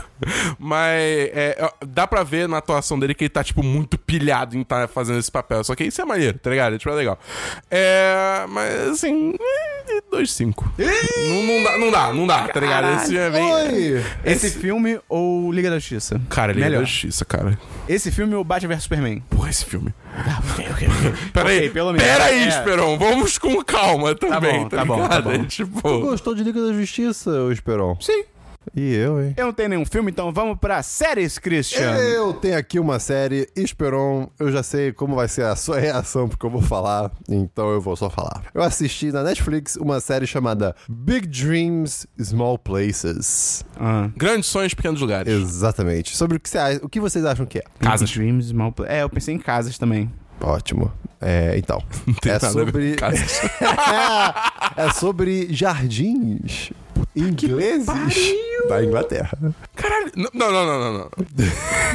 S2: Mas é, ó, dá pra ver na atuação dele que ele tá, tipo, muito pilhado em tá fazendo esse papel. Só que isso é maneiro, tá ligado? É, Tipo, é legal. É. Mas assim. 2,5. Não, não dá, não dá, não dá, tá ligado? Esse filme é bem.
S3: Oi!
S1: Esse filme ou Liga da Justiça?
S2: Cara, ele é
S1: Melhor.
S2: da justiça, cara.
S1: Esse filme ou Batman vs Superman?
S2: Porra, esse filme. Peraí,
S1: Ok, pelo menos.
S2: peraí,
S1: É.
S2: Esperon, vamos com calma também,
S1: bom,
S2: tá,
S1: tá bom,
S2: ligado?
S1: tá bom.
S2: É Tipo,
S3: Gostou de Liga da Justiça, ô Esperon?
S1: Sim.
S3: E eu, hein?
S1: Eu não tenho nenhum filme, então vamos pra séries, Christian.
S3: Eu tenho aqui uma série, Esperon, eu já sei como vai ser a sua reação porque eu vou falar, então eu vou só falar. Eu assisti na Netflix uma série chamada Big Dreams, Small Places.
S1: Ah.
S2: grandes sonhos, pequenos lugares.
S3: Exatamente. Sobre o que, você acha- o que vocês acham que é?
S2: Casas.
S1: Dreams, Small Pla- É, eu pensei em casas também.
S3: Ótimo. É, então,
S2: Tem
S3: é
S2: nada a ver com
S3: sobre...
S2: casas.
S3: é sobre jardins ingleses da Inglaterra.
S2: Caralho. Não, não, não, não, não.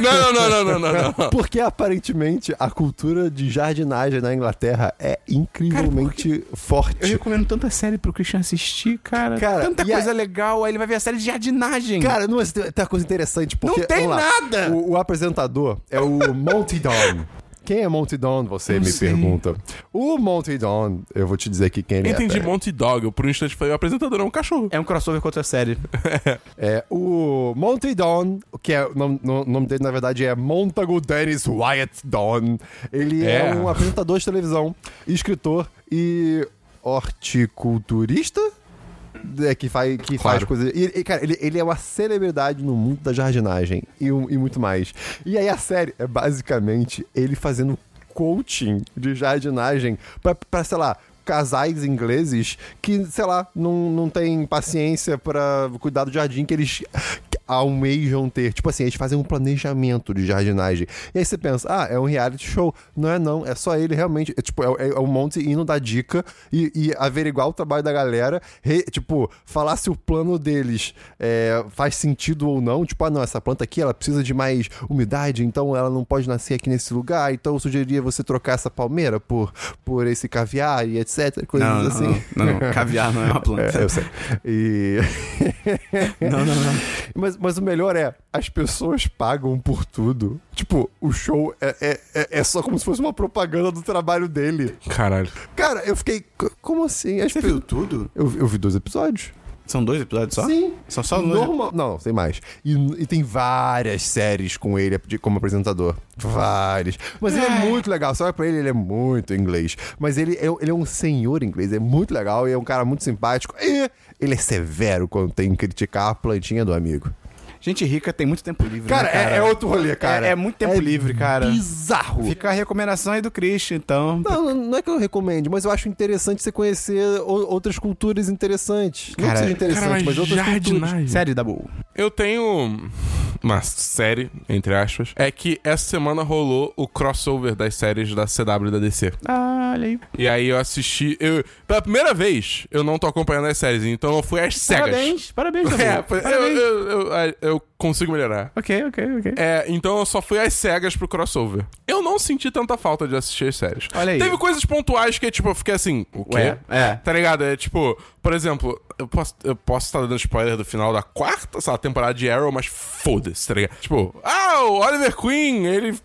S2: Não, não, não, não, não, não. não.
S3: Porque aparentemente a cultura de jardinagem na Inglaterra é incrivelmente
S1: Eu
S3: forte.
S1: recomendo tanta série pro Christian assistir, cara.
S3: Cara,
S1: tanta
S3: e a-
S1: coisa legal. Aí ele vai ver a série de jardinagem.
S3: Cara, não, mas tem tem uma coisa interessante, porque...
S1: Não tem
S3: vamos lá,
S1: nada!
S3: O, o apresentador é o Monty Don. Quem é Monty Don, você me pergunta. O Monty Don, eu vou te dizer aqui quem ele
S2: Entendi
S3: é. tá?
S2: Monty Dog. Eu, por um instante, falei, o apresentador é um cachorro.
S1: É um crossover com outra série.
S3: É o Monty Don, que é, o nome, o nome dele na verdade é Montagu Dennis Wyatt Don. Ele é.
S2: É.
S3: um apresentador de televisão, escritor e horticulturista. É, que faz, que faz
S2: Claro.
S3: coisas. E, e, cara, ele, ele é uma celebridade no mundo da jardinagem e, um- e muito mais. E aí a série é basicamente ele fazendo coaching de jardinagem pra, pra sei lá. Casais ingleses que, sei lá, não, não tem paciência pra cuidar do jardim que eles almejam ter. Tipo assim, eles fazem um planejamento de jardinagem. E aí você pensa, ah, é um reality show. Não é não, é só ele realmente. É, tipo, é, é um monte indo dar dica e, e averiguar o trabalho da galera. re- tipo, falar se o plano deles é, faz sentido ou não. Tipo, ah, não, essa planta aqui, ela precisa de mais umidade, então ela não pode nascer aqui nesse lugar. Então eu sugeriria você trocar essa palmeira por, por esse caviar e etc. Coisas assim.
S1: não, não, não. Caviar não é uma planta.
S3: É, eu sei. E.
S1: <laughs>
S3: É.
S1: Não, não, não.
S3: <laughs> Mas, mas o melhor é, as pessoas pagam por tudo. Tipo, o show é, é, é- é só como se fosse uma propaganda do trabalho dele.
S2: Caralho.
S3: Cara, eu fiquei. "C- Como assim? As pe-
S1: tudo?
S3: eu, eu vi dois episódios.
S1: São dois episódios só?
S3: Sim.
S1: São só dois.
S3: Normal... Não, tem mais. E, e tem várias séries com ele de- como apresentador. Várias. Mas ele é muito legal. Só olha pra ele, ele é muito inglês. Mas ele é, ele é um senhor inglês. É muito legal e é um cara muito simpático. E ele é severo quando tem que criticar a plantinha do amigo.
S1: Gente rica tem muito tempo livre.
S3: Cara,
S1: né,
S3: É, é outro rolê, cara.
S1: É, é muito tempo livre,
S3: né?
S1: cara.
S3: Bizarro.
S1: Fica a recomendação aí do Christian, então.
S3: Não, não- não é que eu recomendo, mas eu acho interessante você conhecer o- outras culturas interessantes. não
S1: Cara,
S3: que seja interessante,
S2: Cara,
S3: mas outras culturas.
S2: jardinagem.
S1: Série da Bull.
S2: Eu tenho. uma série, entre aspas, é que essa semana rolou o crossover das séries da CW e da DC.
S1: Ah, olha aí.
S2: E aí eu assisti. Eu, pela primeira vez, eu não tô acompanhando as séries, então eu fui às cegas.
S1: Parabéns, parabéns,
S2: É,
S1: Dabu.
S2: foi- eu,
S1: Parabéns.
S2: eu, eu, eu consigo melhorar.
S1: Ok, ok, ok.
S2: É, então eu só fui às cegas pro crossover. Eu não senti tanta falta de assistir as séries.
S1: Olha aí.
S2: Teve coisas pontuais que, tipo, eu fiquei assim, o quê?
S1: Ué? É.
S2: Tá ligado? É tipo, por exemplo, eu posso, eu posso estar dando spoiler do final da quarta, sei lá, temporada de Arrow, mas foda-se, tá ligado? Tipo, ah, o Oliver Queen, ele. f-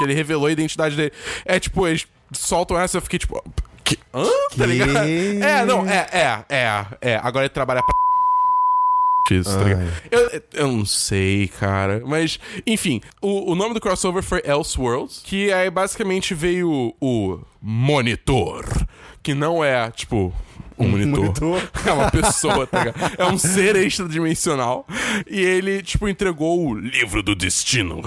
S2: Ele revelou a identidade dele. É tipo, eles soltam essa eu fiquei tipo. Que? Hã? Tá ligado?
S3: Que?
S2: É, não, é, é, é, é. Agora ele trabalha pra. Isso, tá ligado? Eu, eu não sei, cara. Mas, enfim, o, o nome do crossover foi Elseworlds, que aí basicamente veio o monitor, que não é, tipo, um monitor. <laughs> É uma pessoa, tá ligado? É um ser extradimensional. E ele, tipo, entregou o livro do destino.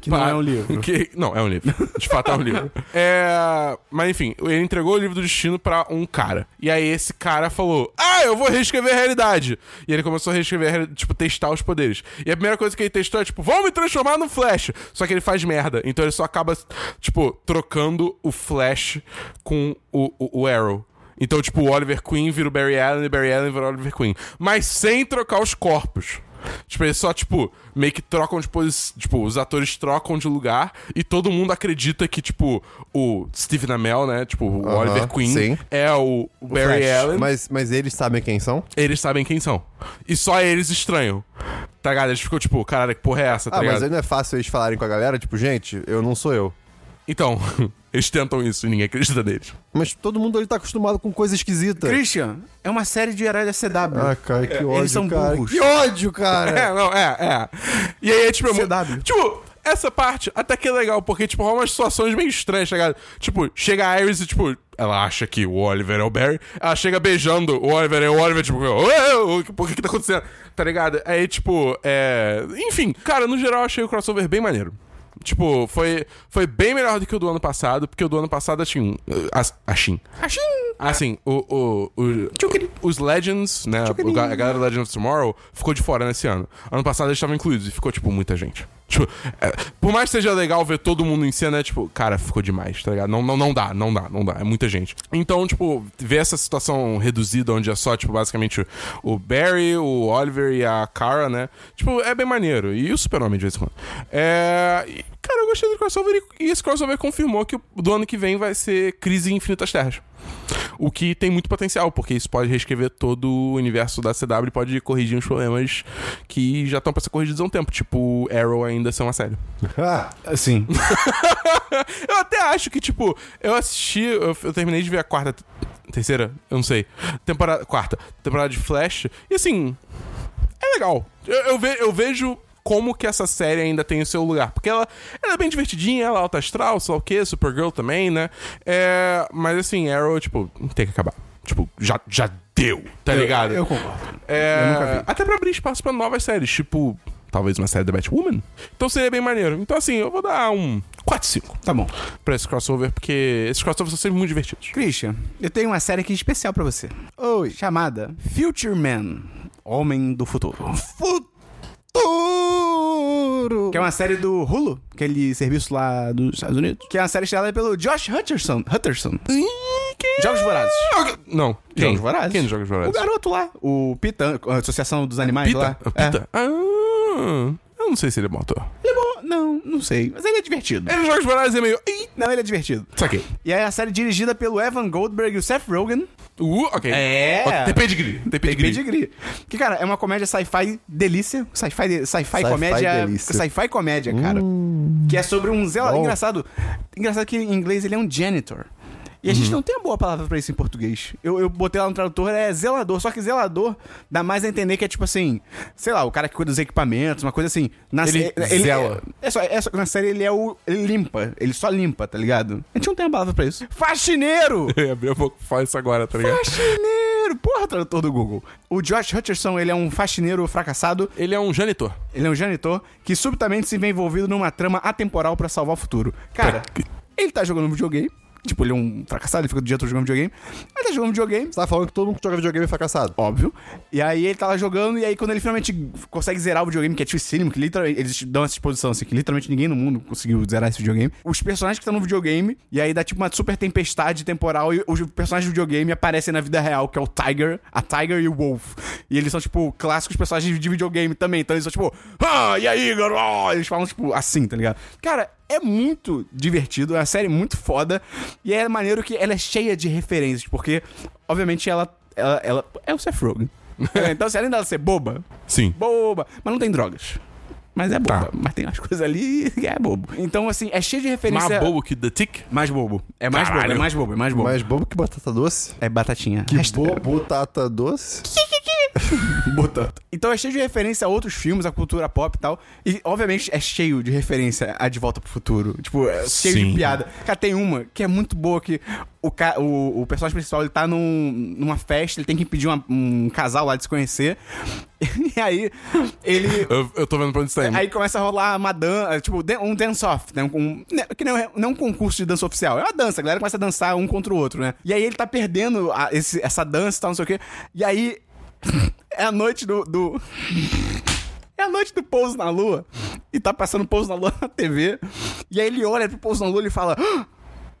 S1: Que não é um livro.
S2: Que- <laughs> Não, é um livro. De fato, é
S1: <laughs>
S2: um livro. É... Mas, enfim, ele entregou o livro do destino pra um cara. E aí esse cara falou, ah, eu vou reescrever a realidade. E ele começou a reescrever, a reali- tipo, testar os poderes. E a primeira coisa que ele testou é, tipo, vou me transformar no Flash. Só que ele faz merda. Então ele só acaba, tipo, trocando o Flash com o- o- o Arrow. Então, tipo, o Oliver Queen vira o Barry Allen e Barry Allen vira o Oliver Queen. Mas sem trocar os corpos. Tipo, eles só, tipo, meio que trocam de posição. Tipo, os atores trocam de lugar e todo mundo acredita que, tipo, o Steve Amell, né? Tipo, o
S3: Aham,
S2: Oliver Queen
S3: sim.
S2: é o Barry
S1: Flash.
S2: Allen. Tá
S3: Mas, mas eles sabem quem são?
S2: Eles sabem quem são. E só eles estranham. Tá ligado? Eles ficam, tipo, caralho, que porra é essa? Tá
S3: Ah, mas
S2: ligado?
S3: aí não é fácil eles falarem com a galera, tipo, gente, eu não sou eu.
S2: Então, <laughs> eles tentam isso e ninguém acredita neles.
S3: Mas todo mundo ali tá acostumado com coisa esquisita.
S1: Christian, é uma série de herói da CW.
S3: Ah, cara, que ódio,
S1: É, eles são
S3: cara.
S1: burros.
S3: Que ódio, cara.
S2: <laughs> É, não, é, é. E aí, é, tipo, é mu-
S1: CW.
S2: Tipo, essa parte até que é legal, porque, tipo, rola umas situações meio estranhas, tá ligado? Tipo, chega a Iris e, tipo, ela acha que o Oliver é o Barry, ela chega beijando o Oliver é o Oliver, tipo, "Ué, o que- por que que tá acontecendo? Tá ligado? Aí, tipo, é... Enfim, cara, no geral, eu achei o crossover bem maneiro. Tipo, foi, foi bem melhor do que o do ano passado, porque o do ano passado, assim... Assim... assim
S1: Achim! <laughs>
S2: Assim, o, o, o-
S1: Tchucri.
S2: os Legends, né? o ga- a galera do Legends of Tomorrow ficou de fora nesse ano. Ano passado eles estavam incluídos e ficou, tipo, muita gente. Tipo, é, por mais que seja legal ver todo mundo em cena, é tipo, cara, ficou demais, tá ligado? Não, não, não dá, não dá, não dá. É muita gente. Então, tipo, ver essa situação reduzida onde é só, tipo, basicamente o Barry, o Oliver e a Kara, né? Tipo, é bem maneiro. E o Super-Homem de vez em quando. É. e, Cara, eu gostei do crossover e e esse crossover confirmou que o- do ano que vem vai ser Crise em Infinitas Terras. O que tem muito potencial, porque isso pode reescrever todo o universo da CW e pode corrigir uns problemas que já estão pra ser corrigidos há um tempo, tipo Arrow ainda ser uma série.
S3: Ah,
S1: Assim.
S2: Eu até acho que, tipo, eu assisti, eu, eu terminei de ver a quarta, terceira, eu não sei, temporada, quarta, temporada de Flash, e assim, é legal. Eu, eu ve- eu vejo como que essa série ainda tem o seu lugar. Porque ela, ela é bem divertidinha, ela é alta astral, sei lá o quê, Supergirl também, né? É, mas assim, Arrow, tipo, tem que acabar. Tipo, já, já deu, tá ligado?
S1: Eu concordo.
S2: É,
S1: Eu nunca vi.
S2: Até pra abrir espaço pra novas séries, tipo, talvez uma série da Batwoman. Então seria bem maneiro. Então, assim, eu vou dar um 4-5
S1: Tá bom.
S2: pra esse crossover, porque esses crossovers são sempre muito divertidos.
S1: Christian, eu tenho uma série aqui especial pra você.
S3: oi.
S1: Chamada Future Man. Homem do Futuro.
S3: Futuro.
S1: Que é uma série do Hulu, aquele serviço lá dos Estados Unidos. Que é uma série estrelada pelo Josh Hutcherson. Hutcherson. Jogos Vorazes.
S2: Não. Quem?
S1: Jogos Vorazes.
S2: Quem joga os
S1: O
S2: Vorazes?
S1: garoto lá. O Pita, a Associação dos Animais lá. É.
S2: Pita? Pita? Ah, eu não sei se ele é bom ator.
S1: É. Ele é bom? Não, não sei. Mas ele é divertido.
S2: Ele joga os Vorazes e é meio... Ih,
S1: Não, ele é divertido.
S2: Saquei.
S1: E aí é a série dirigida pelo Evan Goldberg e o Seth Rogen.
S2: Uh, ok.
S1: É.
S2: Ok, Tem pedigree. Tem
S1: Tem
S2: pedigree. <laughs>
S1: pedigree. Que, cara, é uma comédia sci-fi delícia. Sci-fi de- sci-fi
S3: Sci-fi
S1: comédia.
S3: delícia.
S1: Sci-fi comédia, cara. Que é sobre um zela... Engraçado. Engraçado que em inglês ele é um janitor. E a gente não tem uma boa palavra pra isso em português. Eu, eu botei lá no tradutor, é zelador. Só que zelador dá mais a entender que é tipo assim... Sei lá, o cara que cuida dos equipamentos, uma coisa assim. Na
S2: Ele
S1: sé-
S2: zela.
S1: é só, é só- na série ele é o... Ele limpa. Ele só limpa, tá ligado? A gente não tem uma palavra pra isso. Faxineiro! <laughs>
S2: Eu abri É, a boca e falar isso agora, tá ligado?
S1: Faxineiro! Porra, tradutor do Google. O Josh Hutcherson, ele é um faxineiro fracassado,
S2: Ele é um janitor.
S1: ele é um janitor, que subitamente se vê envolvido numa trama atemporal pra salvar o futuro. Cara, ele tá jogando um videogame, Tipo, ele é um fracassado, ele fica o dia todo jogando videogame. Aí tá jogando videogame,
S3: Você tá falando que todo mundo que joga videogame é fracassado.
S1: óbvio. E aí ele tá lá jogando, e aí quando ele finalmente consegue zerar o videogame, que é dificílimo, que literalmente eles dão essa exposição, assim, que literalmente ninguém no mundo conseguiu zerar esse videogame. Os personagens que estão no videogame, e aí dá tipo uma super tempestade temporal, e os personagens do videogame aparecem na vida real, que é o Tiger, a Tiger e o Wolf. E eles são, tipo, clássicos personagens de videogame também. Então eles são, tipo, ah, e aí, garoto? Eles falam, tipo, assim, tá ligado? Cara, é muito divertido, é uma série muito foda. E é maneiro que ela é cheia de referências, porque, obviamente, ela. Ela, ela é o Seth
S2: <laughs>
S1: Rogen. então, se além dela ser boba,
S2: Sim.
S1: boba, mas não tem drogas. Mas é boba.
S2: Tá.
S1: Mas tem umas <laughs> coisas ali que é bobo. Então, assim, é cheio de
S2: Mais
S1: referência.
S2: bobo que The Tick?
S1: Mais bobo. É mais
S2: Caralho.
S1: bobo, é mais bobo, é mais bobo.
S3: Mais bobo que batata doce?
S1: É batatinha.
S3: Que bo botata doce?
S1: Botando. Então é cheio de referência a outros filmes, a cultura pop e tal. E, obviamente, é cheio de referência a De Volta pro Futuro. Tipo, é cheio
S2: Sim.
S1: de piada. Cara, tem uma que é muito boa que o, ca- o, o personagem principal, ele tá num- numa festa, ele tem que impedir uma- um casal lá de se conhecer. <laughs> E aí, ele...
S2: Eu, eu tô vendo pra onde você tá indo.
S1: Aí começa a rolar uma dança, tipo, dan- um dance-off, né? Um, um- né, que não é, não é um concurso de dança oficial, é uma dança, a galera começa a dançar um contra o outro, né? E aí ele tá perdendo a- esse- essa dança e tal, não sei o quê. E aí <laughs> é a noite do. do- É a noite do Pouso na Lua. E tá passando Pouso na Lua na TV. E aí ele olha pro Pouso na Lua e ele fala. "Ah!"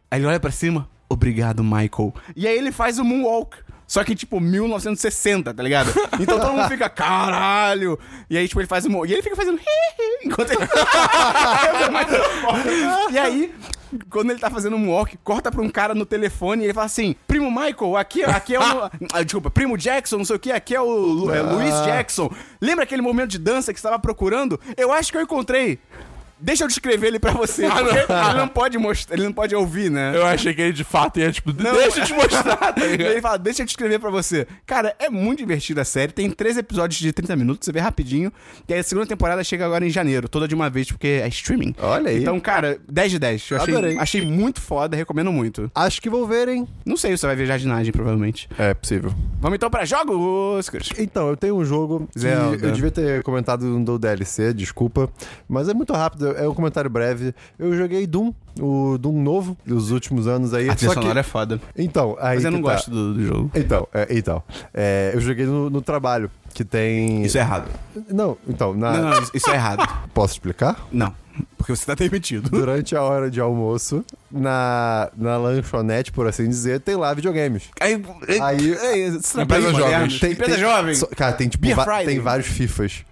S1: Aí ele olha pra cima. Obrigado, Michael. E aí ele faz o Moonwalk. Só que, tipo, 1960, tá ligado? Então todo mundo fica, caralho! E aí, tipo, ele faz o Moonwalk. E ele fica fazendo. "Hi, hi", Enquanto ele. <laughs> e aí. Quando ele tá fazendo um walk, corta pra um cara no telefone e ele fala assim: Primo Michael, aqui, aqui é o. Ah, Desculpa, primo Jackson, não sei o que, aqui é o Lu- é Luiz Jackson. Lembra aquele momento de dança que você tava procurando? Eu acho que eu encontrei. Deixa eu descrever ele pra você. porque Ele não pode mostrar, ele não pode ouvir, né?
S2: Eu achei que ele de fato ia, tipo,
S1: é-
S2: deixa eu te mostrar, tá
S1: E <laughs>
S2: ligado?
S1: ele fala, deixa eu te escrever pra você. Cara, é muito divertida a série. Tem três episódios de 30 minutos, você vê rapidinho. E aí a segunda temporada chega agora em janeiro, toda de uma vez, porque é streaming.
S3: Olha aí.
S1: Então, cara, 10 de 10. Eu
S3: Adorei.
S1: achei, achei muito foda, recomendo muito.
S3: Acho que vou ver, hein?
S1: Não sei se você vai ver jardinagem, provavelmente.
S3: É possível.
S1: Vamos então pra jogos, Chris.
S3: Então, eu tenho um jogo que
S1: Zelda.
S3: eu devia ter comentado no do DLC, desculpa. Mas é muito rápido, é um comentário breve. Eu joguei Doom, o Doom novo, dos últimos anos aí.
S1: A trilha
S3: só que-
S1: sonora é foda.
S3: Então, aí
S1: Mas eu
S3: que
S1: não
S3: tá.
S1: gosto do, do jogo.
S3: Então, é, então. É, eu joguei no, no trabalho, que tem...
S1: Isso é errado.
S3: Não, então, na...
S1: Não, não, isso- isso é errado.
S3: Posso explicar?
S1: Não. Porque você tá demitido.
S3: Durante a hora de almoço, na, na lanchonete, por assim dizer, tem lá videogames.
S1: Aí,
S3: Aí, é
S2: Empresa
S1: moderno.
S2: jovens.
S1: Tem, empresa jovem.
S3: só- cara, tem tipo
S1: Beer
S3: va-
S1: Friday.
S3: tem vários FIFAs.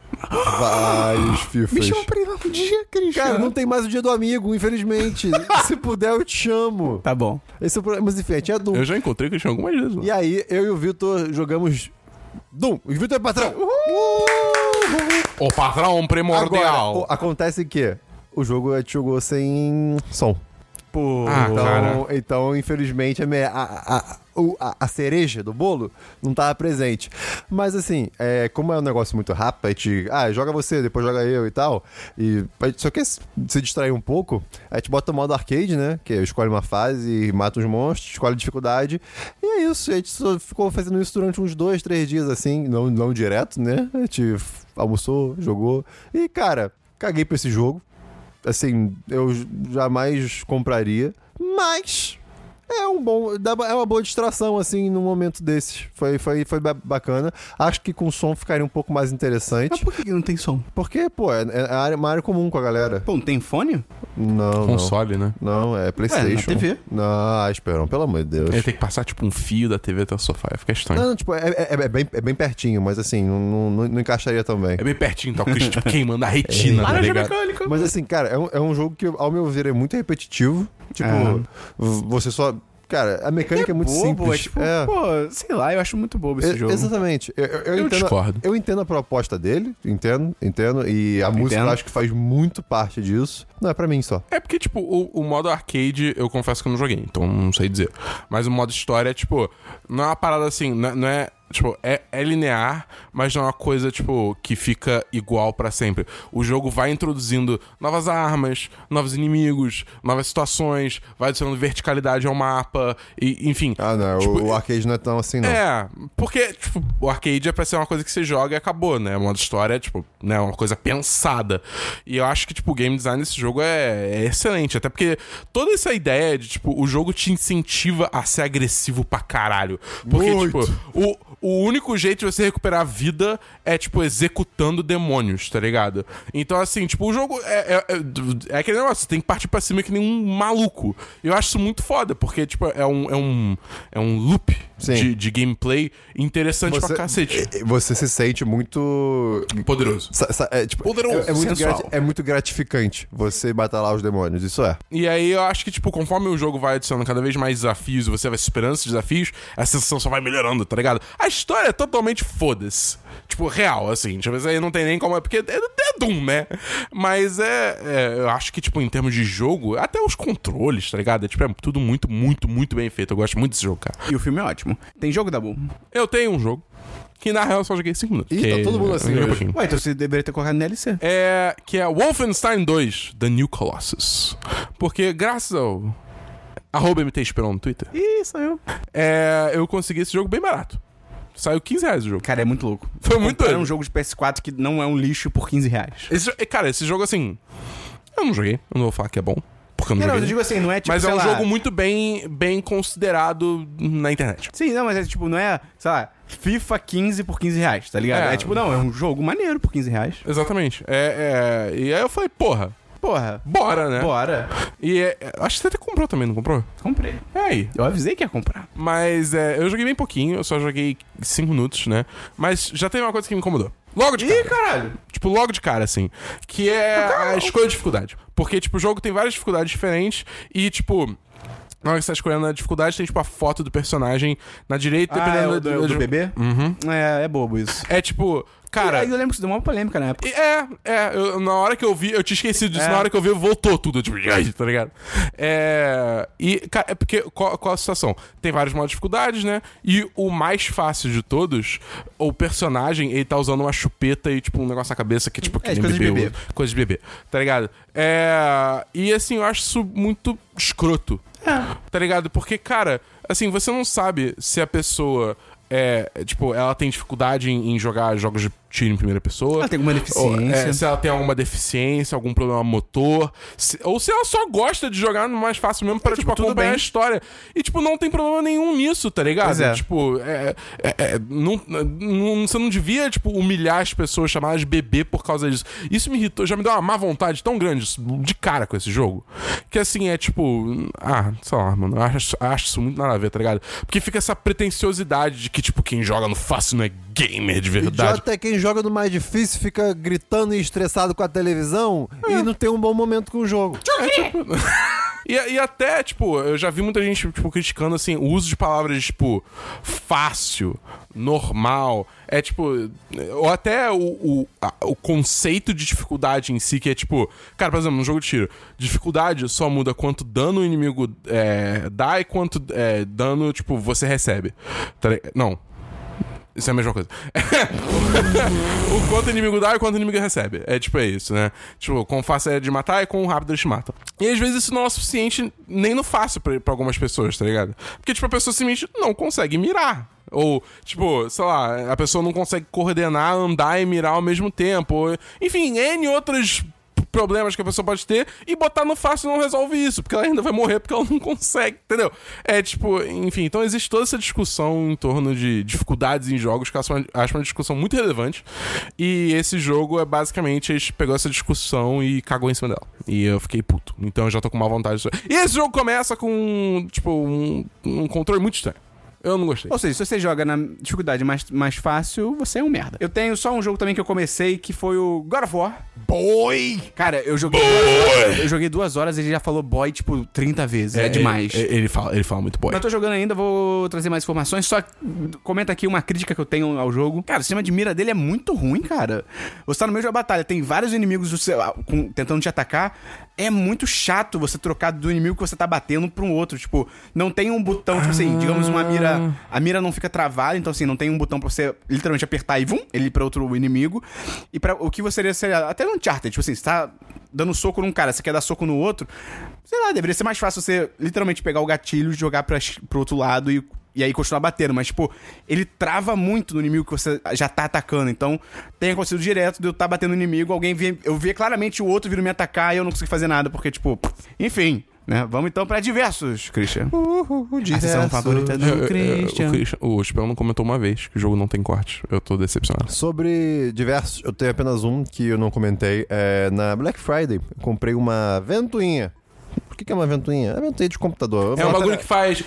S3: vários FIFAs.
S1: pra ir lá um dia, Cris.
S3: Cara, não tem mais o dia do amigo, infelizmente. <laughs> Se puder, eu te chamo.
S1: Tá bom.
S3: Esse é o problema. Mas enfim, tinha Doom.
S2: Eu já encontrei o Cristiano algumas vezes. lá.
S3: E aí, eu e o Vitor jogamos Doom. O Vitor é patrão.
S2: O patrão um
S3: Agora,
S2: primordial.
S3: o- acontece que o jogo é, a gente jogou sem som.
S1: Pô.
S2: Ah,
S3: Então,
S2: cara.
S3: então infelizmente, a, minha- a- a- o- a- a cereja do bolo não tava presente. Mas assim, é, como é um negócio muito rápido, a gente. Ah, joga você, depois joga eu e tal. E a gente só quer se se distrair um pouco, a gente bota o modo arcade, né? Que escolhe uma fase, mata uns monstros, escolhe dificuldade. E é isso, a gente só ficou fazendo isso durante uns dois, três dias, assim, não, não direto, né? A gente f- almoçou, jogou. E, cara, caguei pra esse jogo assim, eu j- jamais compraria, mas é um bom, dá ba- é uma boa distração assim num momento desses. Foi foi foi ba- bacana. Acho que com som ficaria um pouco mais
S1: Mas
S3: interessante,
S1: por que que não tem som?
S3: porque pô, é, é a área- uma área comum com a galera.
S1: Ah, Pô, não tem fone?
S3: Não, não.
S2: Console, né?
S3: Não, é PlayStation.
S1: TV.
S3: Não, ah, esperam, pelo amor de Deus.
S2: Ele tem que passar, tipo, um fio da TV até o sofá. Fica estranho.
S3: Não, não, tipo, é, é- é bem, é bem pertinho, mas assim, não, não- não- não encaixaria também.
S2: É bem pertinho, tá? O Chris, tipo, queimando a retina, tá ligado?
S1: mecânica.
S3: Mas assim, cara, é um, é um jogo que, ao meu ver, é muito repetitivo. Tipo,
S1: É.
S3: v- você só. Cara, a mecânica é, muito
S1: bobo,
S3: simples.
S1: É tipo,
S3: É.
S1: pô, sei lá, eu acho muito bobo
S3: É,
S1: esse jogo.
S3: Exatamente. Eu, eu- eu
S2: Eu
S3: entendo,
S2: discordo.
S3: Eu entendo a proposta dele, entendo, entendo. E a música eu acho que faz muito parte disso. Não é pra mim só.
S2: É porque, tipo, o, o modo arcade, eu confesso que eu não joguei, então não sei dizer. Mas o modo história, tipo, não é uma parada assim, não é- não é Tipo, é, é linear, mas não é uma coisa, tipo, que fica igual pra sempre. O jogo vai introduzindo novas armas, novos inimigos, novas situações, vai adicionando verticalidade ao mapa, e, enfim.
S3: Ah, não,
S2: Tipo,
S3: o, o arcade não é tão assim, não.
S2: É, porque, tipo, o arcade é pra ser uma coisa que você joga e acabou, né? O modo história é, tipo, né, uma coisa pensada. E eu acho que, tipo, o game design desse jogo é, é excelente. Até porque toda essa ideia de, tipo, o jogo te incentiva a ser agressivo pra caralho. Porque,
S3: Muito.
S2: tipo, o, o único jeito de você recuperar a vida é, tipo, executando demônios, tá ligado? Então, assim, tipo, o jogo é, é, é- é aquele negócio, você tem que partir pra cima que nem um maluco. Eu acho isso muito foda, porque, tipo, é um, é um, é um loop
S3: Sim.
S2: de, de gameplay interessante
S3: Você-
S2: tipo, pra cacete.
S3: E- e Você se sente muito.
S2: Poderoso.
S3: sa- sa- é, tipo,
S2: Poderoso,
S3: é, é muito
S2: sensual.
S3: grati- é muito gratificante você batalar os demônios, isso é.
S2: E aí eu acho que, tipo, conforme o jogo vai adicionando cada vez mais desafios e você vai superando esses desafios, a sensação só vai melhorando, tá ligado? A história é totalmente foda-se. Tipo, real, assim. Tipo, isso aí não tem nem como. É porque é, é Doom, né? Mas é, é, Eu acho que, tipo, em termos de jogo, até os controles, tá ligado? É, tipo, é tudo muito, muito, muito bem feito. Eu gosto muito desse jogo, cara.
S1: E o filme é ótimo. Tem jogo da Bull.
S2: Eu tenho um jogo que, na real, eu só joguei 5 minutos.
S3: Ih, tá
S2: que-
S3: todo mundo assim
S2: eu joguei
S3: hoje.
S2: pouquinho.
S1: Ué, então você deveria ter colocado no LC.
S2: é que é Wolfenstein 2 The New Colossus. Porque graças ao arroba MT Esperon no Twitter,
S1: Isso, eu.
S2: é, eu consegui esse jogo bem barato. Saiu 15 reais o jogo.
S1: Cara, é muito louco.
S2: Foi muito
S1: Era
S2: doido.
S1: um jogo de PS4 que não é um lixo por 15 reais.
S2: Esse, jo- cara, esse jogo assim. Eu não joguei. Eu não vou falar que é bom. Porque eu não,
S1: Não, eu
S2: joguei.
S1: digo assim, não é tipo.
S2: Mas é
S1: sei
S2: um
S1: lá,
S2: jogo muito bem, bem considerado na internet.
S1: Sim, não, mas é tipo, não é, sei lá, FIFA 15 por 15 reais, tá ligado?
S2: É.
S1: É, tipo, não, é um jogo maneiro por 15 reais.
S2: Exatamente. É, é, e aí eu falei, porra,
S1: Porra,
S2: bora, né?
S1: bora.
S2: E é- é, acho que você até comprou também, não comprou?
S1: Comprei.
S2: É aí.
S1: Eu avisei que ia comprar.
S2: Mas é, eu joguei bem pouquinho, eu só joguei 5 minutos, né? Mas já teve uma coisa que me incomodou. Logo de cara.
S1: caralho.
S2: Tipo, logo de cara, assim. Que é a escolha de dificuldade. Porque, tipo, o jogo tem várias dificuldades diferentes e, tipo. Na hora que você tá escolhendo a dificuldade, tem, tipo, a foto do personagem na direita,
S1: Ah, é
S2: dependendo
S1: o do,
S2: da-
S1: do bebê?
S2: Uhum.
S1: É, é bobo isso.
S2: É tipo, cara.
S1: Aí eu lembro que isso deu uma polêmica na época.
S2: E É, é, eu- na hora que eu vi, eu tinha esquecido disso,
S1: É.
S2: na hora que eu vi, voltou tudo, tipo, <laughs> ai, tá ligado? É. E, cara, é porque, qual, qual a situação? Tem vários modos de dificuldades, né? E o mais fácil de todos, o personagem, ele tá usando uma chupeta e, tipo, um negócio na cabeça que, tipo, que
S1: É,
S2: nem
S1: coisa de
S2: bebê.
S1: bebê.
S2: usa. Coisa de bebê, tá ligado? É. E, assim, eu acho isso muito escroto. Tá ligado? Porque, cara, assim, você não sabe se a pessoa. É, tipo, ela tem dificuldade em, em jogar jogos de tiro em primeira pessoa.
S1: Ela tem alguma deficiência.
S2: Ou, é, se ela tem alguma deficiência, algum problema motor. se- ou se ela só gosta de jogar no mais fácil mesmo pra, tipo,
S1: tipo, tudo
S2: acompanhar
S1: bem.
S2: a história. E, tipo, não tem problema nenhum nisso, tá ligado?
S1: Pois é.
S2: Tipo, é, é- é- não, não- você não devia, tipo, humilhar as pessoas, chamar elas de bebê por causa disso. Isso me irritou, já me deu uma má vontade tão grande isso, de cara com esse jogo. Que assim, é tipo. Ah, sei lá, mano. eu Acho, acho isso muito nada a ver, tá ligado? Porque fica essa pretenciosidade de que, tipo, quem joga no fácil não é gamer de verdade.
S3: Idiota é quem joga no mais difícil, fica gritando e estressado com a televisão e não tem um bom momento com o jogo.
S2: E, e até, tipo, eu já vi muita gente, tipo, criticando, assim, o uso de palavras, tipo, fácil, normal. É, tipo, ou até o, o, a- o conceito de dificuldade em si, que é, tipo... Cara, por exemplo, no jogo de tiro, dificuldade só muda quanto dano o inimigo é, dá e quanto é, dano, tipo, você recebe. Tá li- Não, isso é a mesma coisa. o quanto inimigo dá e o quanto inimigo recebe. É tipo, é isso, né? Tipo, quão fácil é de matar e quão rápido eles te matam. E às vezes isso não é o suficiente nem no fácil pra, pra algumas pessoas, tá ligado? Porque, tipo, a pessoa simplesmente não consegue mirar. Ou, tipo, sei lá, a pessoa não consegue coordenar, andar e mirar ao mesmo tempo. Ou, enfim, N outros problemas que a pessoa pode ter e botar no fácil não resolve isso, porque ela ainda vai morrer porque ela não consegue, entendeu? É tipo, enfim, então existe toda essa discussão em torno de dificuldades em jogos, que eu acho uma, acho uma discussão muito relevante. E esse jogo é basicamente, eles pegou essa discussão e cagou em cima dela. E eu fiquei puto. Então eu já tô com má vontade disso. E esse jogo começa com, tipo, um, um controle muito estranho. Eu não gostei.
S1: Ou seja, se você joga na dificuldade mais, mais fácil, você é um merda. Eu tenho só um jogo também que eu comecei, que foi o God of War.
S2: Boy!
S1: Cara, eu joguei duas horas, eu joguei duas horas e ele já falou boy, tipo, 30 vezes. É, demais.
S2: Ele, ele fala, ele fala muito boy.
S1: Mas eu tô jogando ainda, vou trazer mais informações. Só comenta aqui uma crítica que eu tenho ao jogo. Cara, o sistema de mira dele é muito ruim, cara. Você tá no meio de uma batalha, tem vários inimigos do seu- ah, com- tentando te atacar. É muito chato você trocar do inimigo que você tá batendo pra um outro. Tipo, não tem um botão, tipo assim, digamos uma mira mira, a mira não fica travada, então assim, não tem um botão pra você literalmente apertar e vum, ele ir pra outro inimigo. E para o que você seria, seria até no Uncharted, tipo assim, você tá dando soco num cara, você quer dar soco no outro, sei lá, deveria ser mais fácil você literalmente pegar o gatilho, jogar pra, pro outro lado e e aí continuar batendo, mas, tipo, ele trava muito no inimigo que você já tá atacando. Então, tem acontecido direto de eu tá batendo no inimigo, alguém vê, eu via claramente o outro vindo me atacar e eu não consegui fazer nada, porque, tipo, enfim, né? Vamos então pra diversos, Christian. Ah, é
S3: Uhul,
S1: A sessão favorita
S2: Eu- eu-
S1: um do
S2: eu-
S1: Christian.
S2: É, O, Christian o Chipel não comentou uma vez que o jogo não tem corte. Eu tô decepcionado.
S3: Sobre diversos, eu tenho apenas um que eu não comentei. É, na Black Friday, eu comprei uma ventoinha. O que, que é uma ventoinha? É uma ventoinha de computador.
S2: É um bagulho que faz.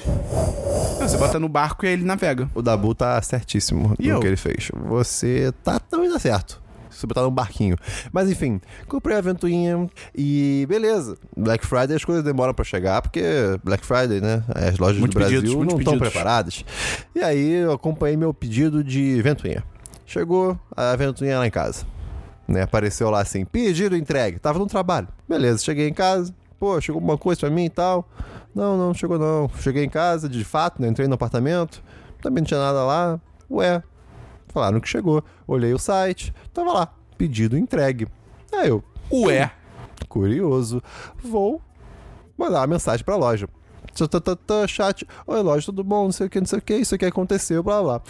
S1: Você bota no barco e ele navega.
S3: O Dabu tá certíssimo
S1: E
S3: no
S1: eu?
S3: que ele fez. Você tá tão ainda certo. Se botar num barquinho. Mas enfim, comprei a ventoinha e beleza. Black Friday as coisas demoram pra chegar, porque Black Friday, né? As lojas
S1: Muitos
S3: do Brasil
S1: pedidos, muitos
S3: não estão
S1: pedidos.
S3: preparadas. E aí eu acompanhei meu pedido de ventoinha. Chegou a ventoinha lá em casa. Né, apareceu lá assim, pedido entregue. Tava no trabalho. Beleza, cheguei em casa. Pô, chegou alguma coisa pra mim e tal. Não, não, chegou não. Cheguei em casa, de fato, né? Entrei no apartamento. Também não tinha nada lá. Ué. Falaram que chegou. Olhei o site. Tava lá. Pedido entregue. Aí eu,
S2: Ué.
S3: curioso, vou mandar uma mensagem pra loja. Tã, tã, tã, tã, chat, oi loja, tudo bom, não sei o que, não sei o que, isso aqui aconteceu, blá blá.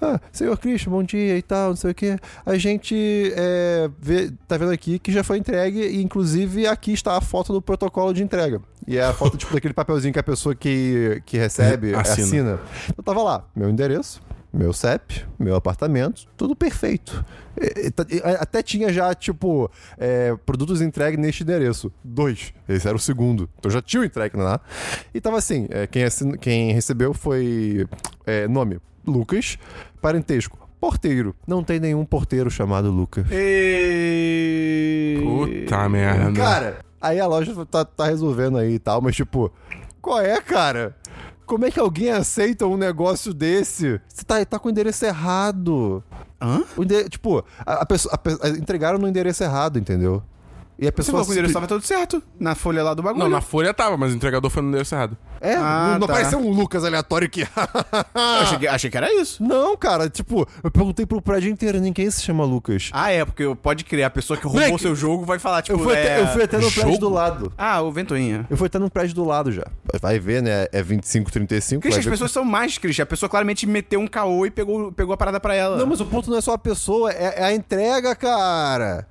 S3: Ah, senhor Christian, bom dia e tal, não sei o que. A gente é, vê- tá vendo aqui que já foi entregue e inclusive aqui está a foto do protocolo de entrega. E é a foto tipo <laughs> daquele papelzinho que a pessoa que, que recebe
S2: Assina.
S3: assina. né? Eu tava lá, meu endereço, meu CEP, meu apartamento, tudo perfeito. E- e tá- e a- até tinha já, tipo, é, produtos entregues neste endereço. Dois. Esse era o segundo. Então já tinha o entregue lá. E tava assim: é, quem, assin- quem recebeu foi é, nome: Lucas, parentesco. Porteiro. Não tem nenhum porteiro chamado Lucas.
S1: E...
S2: Puta merda.
S3: Cara, aí a loja tá, tá resolvendo aí e tal, mas tipo, qual é, cara? Como é que alguém aceita um negócio desse? Você tá, tá com o endereço errado.
S1: Hã?
S3: O ende- tipo, a, a pessoa, a pe- a- entregaram no endereço errado, entendeu? E a
S1: Você
S3: pessoa.
S1: falou que o endereço
S3: simple-
S1: tava tudo certo na folha lá do bagulho.
S2: Não, na folha tava, mas o entregador foi no endereço errado.
S3: É,
S1: Ah,
S3: não, não
S1: tá.
S3: apareceu um Lucas aleatório que.
S1: Eu achei, que- achei que era isso.
S3: não, cara, tipo, eu perguntei pro prédio inteiro, ninguém se chama Lucas.
S1: Ah, é, porque pode criar a pessoa que roubou
S2: Moleque,
S1: seu jogo vai falar, tipo,
S3: eu, fui
S1: é...
S3: até, eu fui até no
S2: jogo?
S3: prédio do lado.
S1: Ah, o Ventoinha.
S3: Eu fui até no prédio do lado já. Vai ver, né? É 25, 35.
S1: Christian,
S3: vai
S1: as
S3: ver
S1: pessoas são mais, Christian. A pessoa claramente meteu um caô e pegou, pegou a parada pra ela.
S3: Não, mas o ponto não é só a pessoa, é, é a entrega, cara.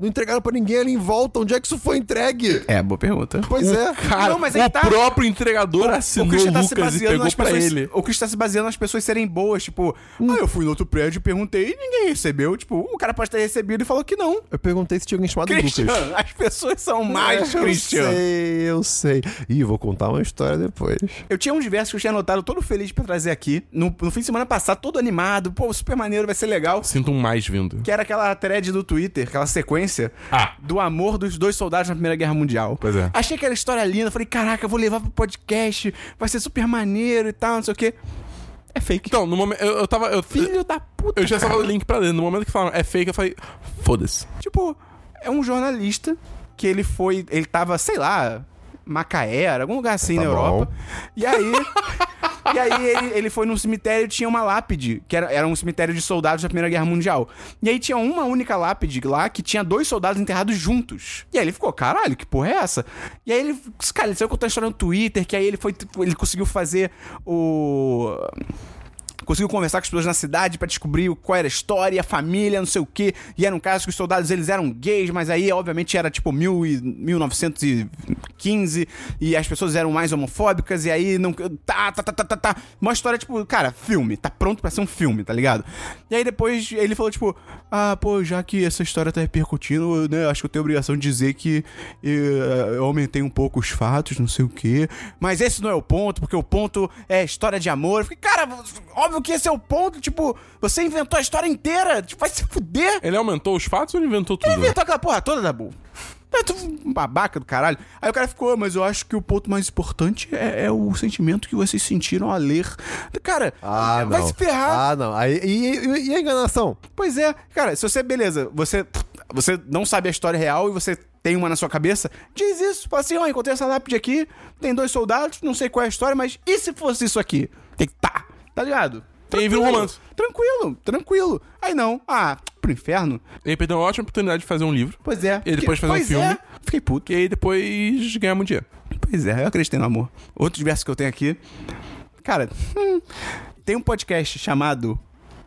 S3: Não entregaram pra ninguém ali em volta. Onde é que isso foi entregue?
S1: É, boa pergunta.
S3: Pois é.
S2: Cara,
S1: Não, mas aí
S2: o
S1: tá-
S2: próprio entregador
S1: O
S2: assinou
S1: Christian
S2: o
S1: tá se
S2: Lucas e
S1: baseando
S2: pegou
S1: nas
S2: pra
S1: pessoas.
S2: ele.
S1: O Christian tá se baseando nas pessoas serem boas, tipo, ah, eu fui no outro prédio, perguntei e ninguém recebeu. Tipo, o cara pode ter recebido e falou que não.
S3: Eu perguntei se tinha alguém chamado
S1: Christian,
S3: Lucas. É,
S1: as pessoas são mais,
S3: eu
S1: Christian.
S3: sei, eu sei. Ih, vou contar uma história depois.
S1: Eu tinha um diverso que eu tinha anotado todo feliz pra trazer aqui. No, no fim de semana passado, todo animado, pô, super maneiro, vai ser legal.
S2: Sinto um mais vindo.
S1: Que era aquela thread do Twitter, aquela sequência
S2: Ah.
S1: do amor dos dois soldados na Primeira Guerra Mundial.
S2: Pois é.
S1: Achei aquela história linda, falei, caraca, eu vou levar pro podcast, vai ser super maneiro e tal, não sei o quê. É fake.
S2: Então, no momento. Eu, eu tava. Eu,
S1: Filho da puta.
S2: eu já estava o link pra dentro. No momento que falaram é fake, eu falei, foda-se.
S1: Tipo, é um jornalista que ele foi. Ele tava, sei lá, Macaé, era algum lugar assim
S3: Tá
S1: na
S3: bom.
S1: Europa. E
S3: <laughs>
S1: aí. E aí ele, ele foi num cemitério e tinha uma lápide, que era, era um cemitério de soldados da Primeira Guerra Mundial. E aí tinha uma única lápide lá que tinha dois soldados enterrados juntos. E aí ele ficou, caralho, que porra é essa? E aí ele, cara, ele saiu contando a história no Twitter, que aí ele foi, ele conseguiu fazer o conseguiu conversar com as pessoas na cidade pra descobrir o- qual era a história, a família, não sei o quê. E era um caso que os soldados eles eram gays, mas aí obviamente era tipo mil e, 1915 e as pessoas eram mais homofóbicas e aí não tá tá tá tá tá. tá. Uma história tipo, cara, filme, tá pronto pra ser um filme, tá ligado? E aí depois ele falou tipo, ah, pô, já que essa história tá repercutindo, eu, né, acho que eu tenho a obrigação de dizer que eh, eu aumentei um pouco os fatos, não sei o quê. Mas esse não é o ponto, porque o ponto é história de amor. Eu fiquei, cara, óbvio que esse é o ponto, tipo, você inventou a história inteira, tipo, vai se
S3: É.
S1: fuder.
S2: Ele aumentou os fatos ou ele inventou tudo?
S1: Ele inventou aquela porra toda, Dabu. É, tu um babaca do caralho. Aí o cara ficou, "Ah, mas eu acho que o ponto mais importante é, é o sentimento que vocês sentiram ao ler. Cara,
S3: Ah, não.
S1: vai se ferrar.
S3: Ah, não. Aí, e, e- e a enganação?
S1: Pois é, cara, se você, beleza, você, você não sabe a história real e você tem uma na sua cabeça, diz isso, fala assim, ó, encontrei essa lápide aqui, tem dois soldados, não sei qual é a história, mas e se fosse isso aqui? Tem que tá. Tá ligado?
S2: E aí vira um
S1: Tranquilo,
S2: romance.
S1: Tranquilo, tranquilo. Aí não, ah, pro inferno.
S2: Ele perdeu uma ótima oportunidade de fazer um livro.
S1: Pois é.
S2: E aí depois fazer um
S1: pois
S2: filme.
S1: é. Fiquei puto.
S2: E aí depois ganhar um dia.
S1: Pois é, eu acreditei no amor. Outro verso que eu tenho aqui. Cara, hum, tem um podcast chamado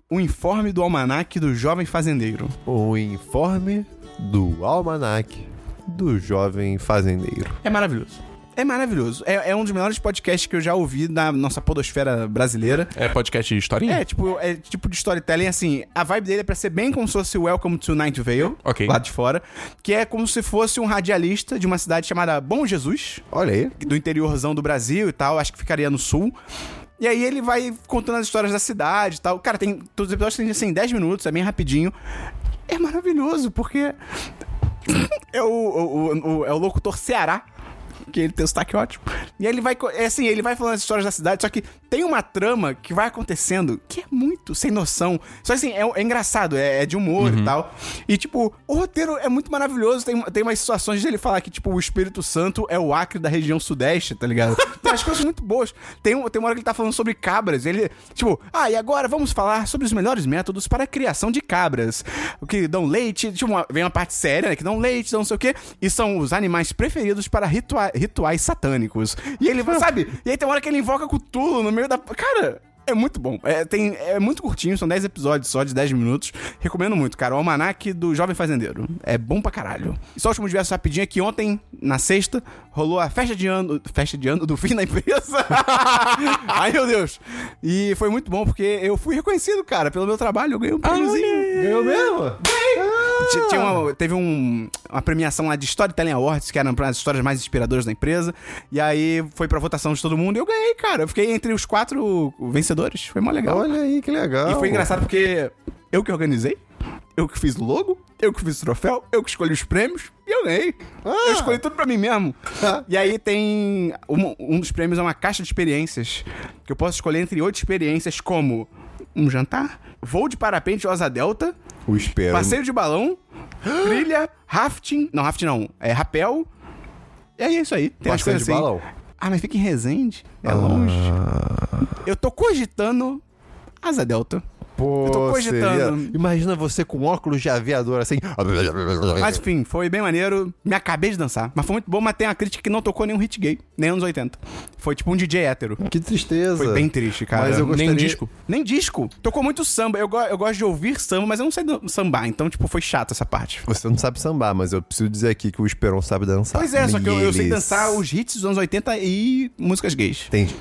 S1: O Informe do Almanaque do Jovem Fazendeiro.
S3: O informe do almanac do jovem fazendeiro.
S1: É maravilhoso. É maravilhoso. É, é um dos melhores podcasts que eu já ouvi na nossa podosfera brasileira.
S2: É podcast de historinha?
S1: É, tipo, é tipo de storytelling, assim, a vibe dele é pra ser bem como se fosse o Welcome to Night Vale,
S2: Ok.
S1: lá de fora, que é como se fosse um radialista de uma cidade chamada Bom Jesus,
S3: Olha aí.
S1: do interiorzão do Brasil e tal, acho que ficaria no sul. E aí ele vai contando as histórias da cidade e tal. Cara, tem todos os episódios tem assim 10 minutos, é bem rapidinho. É maravilhoso, porque <laughs> é o, o- o- o- é o locutor Ceará. Que ele tem o sotaque ótimo. E ele vai. co- É assim, ele vai falando as histórias da cidade, só que tem uma trama que vai acontecendo que é muito sem noção. Só que assim, é, é engraçado, é, é de humor e tal. E, tipo, o roteiro é muito maravilhoso. Tem, tem umas situações de ele falar que, tipo, o Espírito Santo é o Acre da região sudeste, tá ligado? <laughs> tem umas coisas muito boas. Tem, um- tem uma hora que ele tá falando sobre cabras. Ele, tipo, ah, e agora vamos falar sobre os melhores métodos para a criação de cabras. O que dão leite, tipo, uma- vem uma parte séria, né? Que dão leite, dão não sei o quê, e são os animais preferidos para ritua- rituais satânicos. E ele, sabe? E aí tem uma hora que ele invoca Cthulhu no meio da. Cara. É muito bom. É, tem, é muito curtinho, são 10 episódios só, de 10 minutos. Recomendo muito, cara. O Almanac do Jovem Fazendeiro. É bom pra caralho. E só o último verso rapidinho é que ontem, na sexta, rolou a festa de ano... Festa de ano do fim da empresa. <laughs> Ai, meu Deus. E foi muito bom, porque eu fui reconhecido, cara, pelo meu trabalho. Eu ganhei um prêmiozinho.
S3: Eu mesmo? Ah.
S1: Ti- Tinha uma- teve um- uma premiação lá de Storytelling Awards, que eram as histórias mais inspiradoras da empresa. E aí foi pra votação de todo mundo e eu ganhei, cara. Eu fiquei entre os quatro vencedores. Foi mó legal.
S3: Olha aí, que legal.
S1: E foi engraçado porque eu que organizei, eu que fiz o logo, eu que fiz o troféu, eu que escolhi os prêmios e eu ganhei. Eu escolhi tudo pra mim mesmo. e aí tem. Um, um dos prêmios é uma caixa de experiências. Que eu posso escolher entre oito experiências, como um jantar, voo de parapente Osa Delta.
S3: <laughs> O espero.
S1: Passeio de
S3: <gasps>
S1: balão, trilha, rafting. Não, rafting não. É rapel. E aí é isso aí. Tem umas
S3: Passeio
S1: coisas
S3: de
S1: assim.
S3: balão. Ah.
S1: Ah, mas fica em Resende. É longe. Eu tô cogitando Asa Delta.
S3: Pô,
S1: Eu tô cogitando.
S3: seria- Imagina você com óculos de aviador assim.
S1: Mas enfim, foi bem maneiro. Me acabei de dançar. Mas foi muito bom, mas tem uma crítica que não tocou nenhum hit gay, nem anos 80. Foi tipo um DJ hétero.
S3: Que tristeza.
S1: Foi bem triste, cara.
S3: Mas eu gostaria...
S2: Nem um disco.
S1: Nem disco. Tocou muito samba. Eu, go- eu gosto de ouvir samba, mas eu não sei dan- sambar. Então, tipo, foi chato essa parte.
S3: Você não sabe sambar, mas eu preciso dizer aqui que o Esperon sabe dançar.
S1: Pois é, só que eu, eu sei
S3: Eles-
S1: dançar os hits dos anos 80 e músicas gays.
S3: Entendi.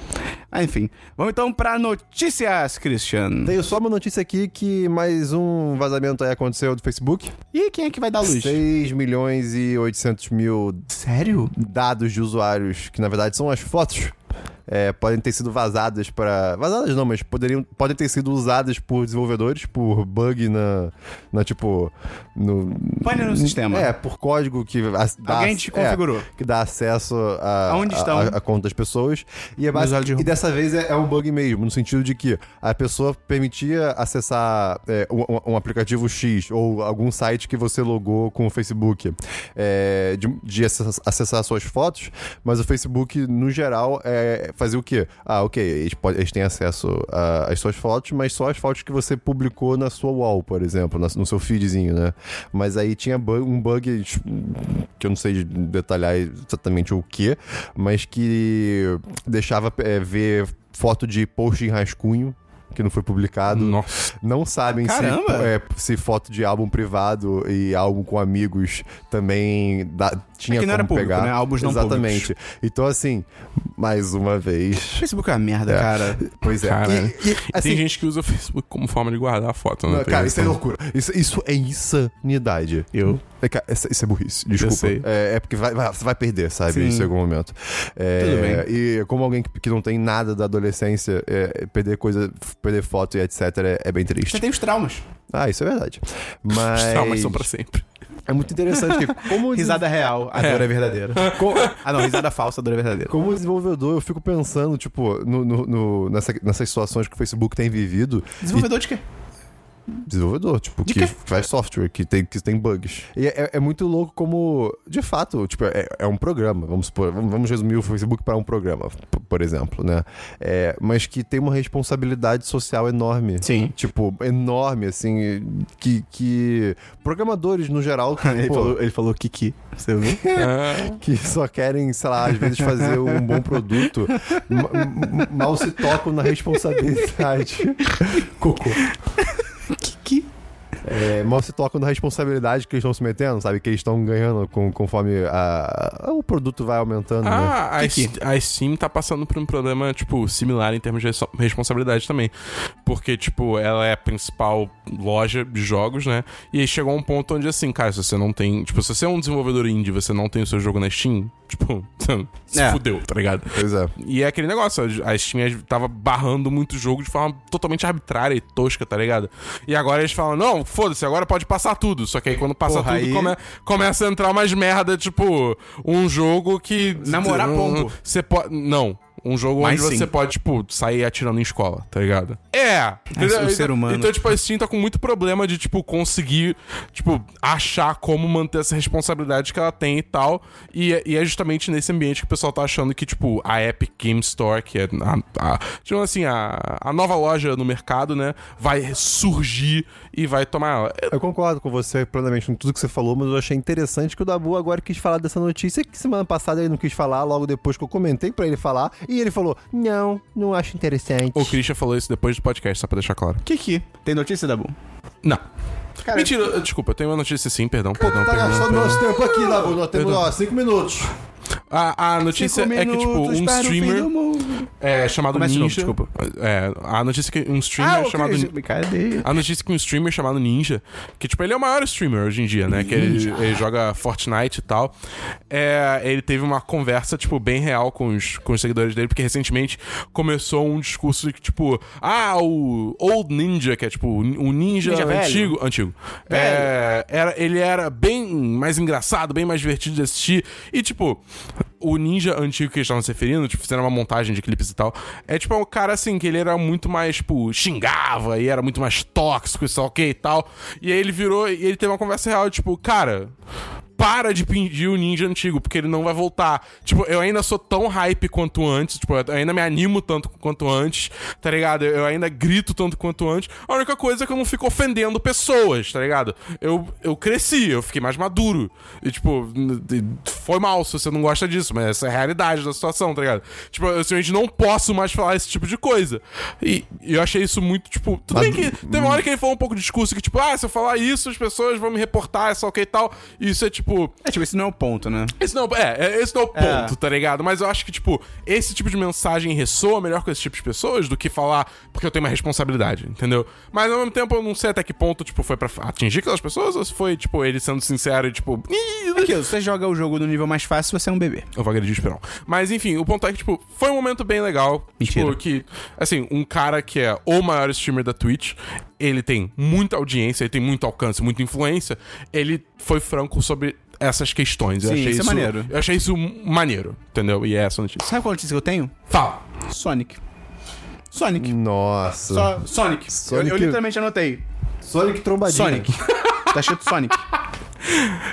S1: Ah, enfim. Vamos então pra notícias, Christian.
S3: Tenho só uma notícia aqui que mais um vazamento aí aconteceu do Facebook.
S1: E quem é que vai dar luz?
S3: 6 milhões e 800 mil
S1: Sério?
S3: dados de usuários, que na verdade são as fotos, é, podem ter sido vazadas para. Vazadas não, mas poderiam, podem ter sido usadas por desenvolvedores, por bug na. na tipo. No,
S1: Pane no sistema.
S3: É, por código que. a- dá-
S1: Alguém te
S3: é,
S1: configurou.
S3: que dá acesso a,
S1: Aonde
S3: a-
S1: estão?
S3: a, a conta das pessoas. E, é
S1: Nos olhos de
S3: base,
S1: robô.
S3: e dessa vez é, é um bug mesmo, no sentido de que a pessoa permitia acessar é, um, um aplicativo X ou algum site que você logou com o Facebook é, de, de acess- acessar suas fotos, mas o Facebook, no geral, é, fazia o quê? Ah, ok, eles, po- eles têm acesso a- às suas fotos, mas só as fotos que você publicou na sua wall, por exemplo, na- no seu feedzinho, né? Mas aí tinha bu- um bug tipo, que eu não sei detalhar exatamente o que, mas que deixava é, ver foto de post em rascunho que não foi publicado.
S2: Nossa.
S3: Não sabem se,
S1: Caramba!
S3: é, se foto de álbum privado e álbum com amigos também dá- tinha
S1: É que não era
S3: como
S1: público,
S3: pegar.
S1: né? Álbuns não
S3: Exatamente. Então, assim, mais
S1: <laughs>
S3: uma vez.
S1: Facebook é uma merda, cara.
S3: Pois é.
S2: Cara.
S3: E- e, assim,
S2: Tem gente que usa o Facebook como forma de guardar a foto, né?
S3: não,
S2: Tá
S3: cara,
S2: ligado?
S3: isso é loucura. Isso, isso é insanidade.
S1: Hum?
S2: Eu.
S3: É, ca- essa- isso é burrice, desculpa.
S2: sei.
S3: É, é porque vai, vai- você vai perder, sabe?
S1: Sim.
S3: Isso em algum momento. É,
S1: Tudo
S3: E como alguém que, que não tem nada da adolescência, é, perder coisa, f- perder foto e etc. é, é bem triste.
S1: Você tem os traumas.
S3: Ah, isso é
S1: <laughs>
S3: verdade. Mas.
S2: Os traumas são pra sempre.
S3: É muito
S1: <laughs>
S3: interessante que, como,
S1: Risada real, a dor é verdadeira.
S3: co-
S1: Ah, não, risada falsa, a dor é verdadeira.
S3: como desenvolvedor, eu fico pensando, tipo, no, no- no- nessa- nessas situações que o Facebook tem vivido.
S1: Desenvolvedor de quê?
S3: desenvolvedor, tipo, que,
S1: que-
S3: faz software, que tem, que tem bugs. E é, é muito louco como, de fato, tipo, é, é um programa, vamos supor, vamos vamos resumir o Facebook para um programa, p- por exemplo, né? É, mas que tem uma responsabilidade social enorme.
S1: Sim.
S3: Tipo, enorme, assim, que, que programadores, no geral, <laughs> que,
S1: Ele
S3: pô,
S1: falou, ele falou Kiki. Você viu?
S2: É.
S3: que só querem, sei lá, às vezes fazer um bom produto, ma- ma- mal se tocam na responsabilidade. <laughs> Cocô.
S1: Kiki.
S3: É, mal se tocam na responsabilidade que eles estão se metendo, sabe? Que eles estão ganhando com- conforme a- a- o produto vai aumentando, né?
S2: Ah, a,
S1: Que
S2: S- a Steam tá passando por um problema, tipo, similar em termos de reso- responsabilidade também. Porque, tipo, ela é a principal loja de jogos, né? E aí chegou um ponto onde, assim, cara, se você não tem. Tipo, se você é um desenvolvedor indie e você não tem o seu jogo na Steam, tipo, <laughs> se
S1: É.
S2: fudeu, tá ligado?
S3: Pois é.
S2: E é aquele negócio, a Steam tava barrando muito jogo de forma totalmente arbitrária e tosca, tá ligado? E agora eles falam, não, foda-se, agora pode passar tudo. Só que aí quando passa
S1: Porra,
S2: tudo,
S1: aí-
S2: come- começa a entrar umas merda, tipo, um jogo que.
S1: Namorar
S2: Não-
S1: pombo.
S2: Você pode. Não. Um jogo
S1: Mas
S2: onde
S1: sim.
S2: você pode, tipo, sair atirando em escola, tá ligado? É! entendeu?
S1: o ser
S2: Então-
S1: humano.
S2: Então, tipo, a Steam tá com muito problema de, tipo, conseguir, tipo, achar como manter essa responsabilidade que ela tem e tal. E, é- e é justamente nesse ambiente que o pessoal tá achando que, tipo, a Epic Game Store, que é a, a- digamos assim, a, a nova loja no mercado, né, vai surgir e vai tomar ela.
S3: Eu concordo com você plenamente com tudo que você falou, mas eu achei interessante que o Dabu agora quis falar dessa notícia que semana passada ele não quis falar, logo depois que eu comentei pra ele falar, e ele falou: Não, não acho interessante.
S2: O Christian falou isso depois do podcast, só pra deixar claro.
S1: Kiki. Tem notícia, Dabu?
S2: Não.
S3: Cara,
S2: Mentira, eu- desculpa, eu tenho uma notícia sim, perdão, perdão,
S3: Tá
S2: perdão.
S3: gastando nosso tempo aqui, Dabu. Nós temos,
S2: Perdão.
S3: ó, cinco minutos.
S2: A, a notícia
S1: Cinco
S2: é que, tipo,
S1: minutos
S2: um
S1: para o fim
S2: streamer...
S1: do mundo.
S2: É, chamado
S1: Começa de novo,
S2: Ninja.
S1: desculpa.
S2: É, a notícia é que um streamer
S1: Ah, o
S2: chamado.
S1: Christian. Cadê?
S2: A notícia é que um streamer chamado Ninja, que, tipo, ele é o maior streamer hoje em dia, né? Que ele, ele joga Fortnite e tal. É, ele teve uma conversa, tipo, bem real com os, com os seguidores dele, porque recentemente começou um discurso de que, tipo, ah, o Old Ninja, que é tipo, o ninja,
S1: Ninja velho.
S2: antigo. Antigo. É, era, ele era bem mais engraçado, bem mais divertido de assistir. E, tipo, o ninja antigo que eles estavam se referindo, tipo, fizeram uma montagem de clipes e tal. É tipo um cara assim, que ele era muito mais, tipo, xingava e era muito mais tóxico e só ok e tal. E aí ele virou e ele teve uma conversa real, tipo, cara. Para de pedir o ninja antigo, porque ele não vai voltar. Tipo, eu ainda sou tão hype quanto antes, tipo, eu ainda me animo tanto quanto antes, tá ligado? Eu ainda grito tanto quanto antes. A única coisa é que eu não fico ofendendo pessoas, tá ligado? Eu, eu cresci, eu fiquei mais maduro. E, tipo, n- n- foi mal se você não gosta disso, mas essa é a realidade da situação, tá ligado? Tipo, eu simplesmente não posso mais falar esse tipo de coisa. E, e eu achei isso muito, tipo, tudo bem que tem uma hora que ele falou um pouco de discurso que, tipo, ah, se eu falar isso, as pessoas vão me reportar, é só o que e tal. E isso é, tipo,
S1: É, tipo, esse não é o ponto, né?
S2: esse não, é, é- esse não é o
S1: É.
S2: ponto, tá ligado? Mas eu acho que, tipo, esse tipo de mensagem ressoa melhor com esse tipo de pessoas do que falar porque eu tenho uma responsabilidade, entendeu? Mas ao mesmo tempo eu não sei até que ponto, tipo, foi pra atingir aquelas pessoas ou se foi, tipo, ele sendo sincero e, tipo, "Ih,
S1: Aqui, você joga o jogo no nível mais fácil, você é um bebê.
S2: eu vou agredir o Esperão. Mas enfim, o ponto é que, tipo, foi um momento bem legal.
S1: Mentira.
S2: Tipo, que, assim, um cara que é o maior streamer da Twitch, ele tem muita audiência, ele tem muito alcance, muita influência. Ele foi franco sobre essas questões. eu
S1: Sim,
S2: achei
S1: isso é
S2: isso
S1: maneiro.
S2: Eu achei isso maneiro, entendeu? E é essa a notícia.
S1: Sabe qual notícia que eu tenho?
S2: Fala.
S1: Sonic. Sonic.
S3: Nossa.
S1: Só- Hum. Sonic.
S3: Sonic-
S1: Eu, eu literalmente anotei.
S3: Sonic trombadinha.
S1: Sonic. tá escrito Sonic.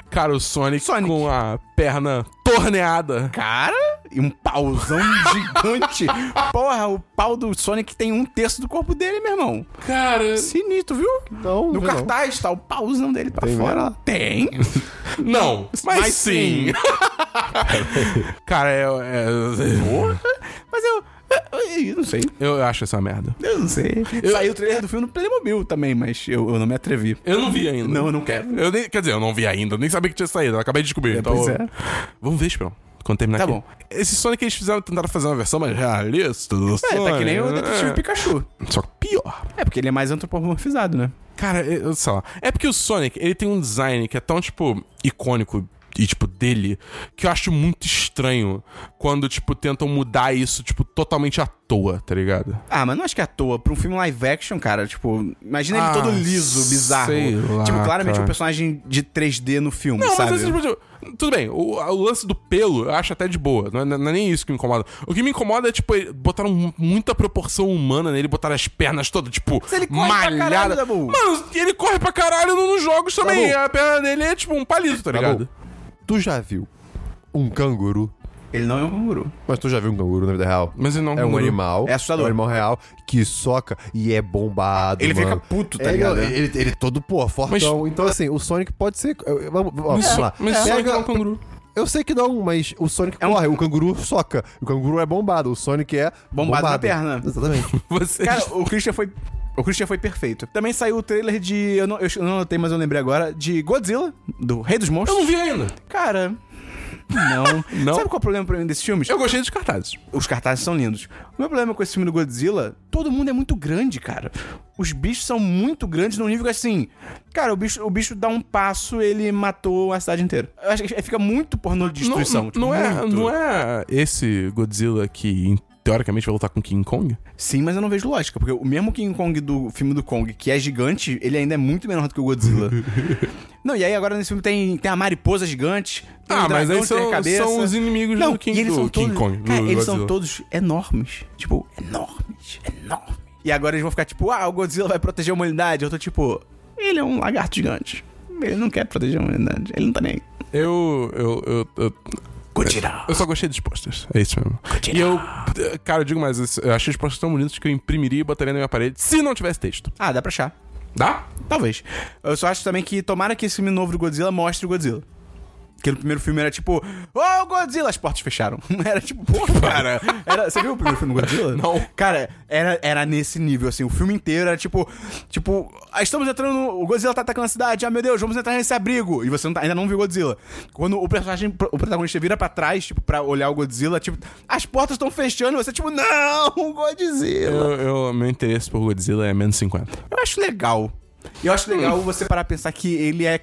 S2: Cara, o Sonic,
S1: Sonic.
S2: com a perna torneada.
S1: <laughs> Cara, e um pauzão gigante. Porra, o pau do Sonic tem um terço do corpo dele, meu irmão.
S2: Cara.
S1: Sinistro, viu?
S3: Não,
S1: No
S3: Então, não.
S1: cartaz tá o pauzão dele pra
S3: Tem
S1: fora.
S3: mesmo?
S1: Tem.
S2: Não, mas,
S1: Mas
S2: sim.
S1: sim.
S2: <laughs> cara, é, eu, eu,
S1: <laughs> Mas eu. eu- Eu não sei.
S2: eu acho essa uma merda.
S1: Eu não sei. Saiu o trailer do filme no Playmobil também, mas eu, eu não me atrevi.
S2: Eu não vi ainda.
S1: Não, eu não quero.
S2: Eu nem, quer dizer, eu não vi ainda, eu nem sabia que tinha saído, eu acabei de descobrir. então,
S1: pois é.
S2: Vamos ver, Esperão. Quando terminar
S1: Tá
S2: aqui.
S1: bom.
S2: Esse Sonic eles fizeram, tentaram fazer uma versão mais realista do
S1: É,
S2: Sonic.
S1: tá que nem o Detetive
S2: é.
S1: Pikachu.
S2: Só que pior.
S1: É, porque ele é mais antropomorfizado, né?
S2: Cara, eu, sei lá. É porque o Sonic, ele tem um design que é tão, tipo, icônico e, tipo, dele, que eu acho muito estranho quando, tipo, tentam mudar isso, tipo, totalmente à toa, tá ligado?
S1: Ah, mas não acho que é à toa. Pra um filme live action, cara, tipo, imagina
S2: Ah,
S1: ele todo liso, bizarro.
S2: sei lá,
S1: tipo, claramente
S2: cara.
S1: um personagem de 3D no filme,
S2: Não,
S1: sabe?
S2: mas é, tipo, tipo, Tudo bem, o, o lance do pelo eu acho até de boa. Não é, não é nem isso que me incomoda. O que me incomoda é, tipo, ele- botaram mu- muita proporção humana nele, botaram as pernas todas, tipo,
S1: Mas ele corre pra caralho, Dabu.
S2: Mano, ele corre pra caralho no- nos jogos também.
S3: Dabu.
S2: A perna dele é tipo um palito, tá ligado?
S3: Tu já viu um canguru?
S1: Ele não é um canguru.
S3: Mas tu já viu um canguru na vida real?
S2: Mas ele não é um
S3: é um
S2: canguru.
S3: animal.
S1: É assustador.
S3: um animal real que soca e é bombado.
S1: Ele
S3: mano.
S1: fica puto, tá
S3: É,
S1: ligado?
S3: Ele, ele, ele todo, pô, fortão. Então, assim, o Sonic pode ser. eu- eu- Vamos, vamos
S2: Mas,
S3: lá.
S2: mas
S3: Pega-
S2: só que é um canguru. <laughs>
S3: Eu sei que não, mas o Sonic
S1: um-
S3: corre, o canguru soca. O canguru é bombado, o Sonic é.
S1: Bombado na perna. <laughs>
S3: Exatamente.
S2: Você
S1: Cara, o Christian foi. O Christian foi perfeito. Também saiu o trailer de. Eu não, eu não anotei, mas eu lembrei agora. De Godzilla, do Rei dos
S2: Eu
S1: Monstros.
S2: não vi ainda.
S1: Cara. Não.
S2: <laughs> Não?
S1: Sabe qual é o problema pra mim desses filmes?
S2: Eu gostei dos cartazes.
S1: Os cartazes são lindos. O meu problema com esse filme do Godzilla, todo mundo é muito grande, cara. Os bichos são muito grandes num nível que assim. Cara, o bicho, o bicho dá um passo, ele matou a cidade inteira. Eu acho que é, fica muito pornô de destruição.
S2: Não,
S1: tipo,
S2: não é,
S1: muito.
S2: não é esse Godzilla que teoricamente vai lutar com King Kong?
S1: Sim, mas eu não vejo lógica, porque o mesmo King Kong do filme do Kong, que é gigante, ele ainda é muito menor do que o
S2: <laughs>
S1: Godzilla. não, e aí agora nesse filme tem, tem a mariposa gigante, tem o
S2: Ah, mas
S1: dragão
S2: aí
S1: de três
S2: são-
S1: cabeças.
S2: são os inimigos
S1: não,
S2: do King-
S1: e eles
S2: do
S1: são
S2: King
S1: todos-
S2: Kong,
S1: Cara,
S2: do
S1: eles são
S2: Godzilla.
S1: todos enormes. Tipo, enormes, enormes. E agora eles vão ficar tipo, ah, o Godzilla vai proteger a humanidade. Eu tô tipo, ele é um lagarto gigante. Ele não quer proteger a humanidade. Ele não tá nem aí.
S2: Eu. Eu. Eu, eu,
S1: Godzilla.
S2: eu só gostei dos posters. É isso mesmo. E eu. Cara, eu digo mais, eu achei os posters tão bonitos que eu imprimiria e botaria na minha parede se não tivesse texto.
S1: Ah, dá pra achar.
S2: Dá?
S1: Talvez. Eu só acho também que tomara que esse filme novo do Godzilla mostre o Godzilla. Porque no primeiro filme era tipo, ô Godzilla, as portas fecharam. <laughs> Era tipo, porra, cara. Era, você viu o primeiro filme do Godzilla?
S2: Não.
S1: Cara, era, era nesse nível, assim. O filme inteiro era tipo, tipo, "Ah, estamos entrando. no- O Godzilla tá atacando a cidade, ah meu Deus, vamos entrar nesse abrigo. E você não tá- ainda não viu o Godzilla. Quando o personagem, o protagonista vira pra trás, tipo, pra olhar o Godzilla, tipo, as portas estão fechando, e você, tipo, não, Godzilla.
S2: Eu, eu- meu interesse por Godzilla é menos 50.
S1: Eu acho legal. Eu acho legal você parar a pensar que ele é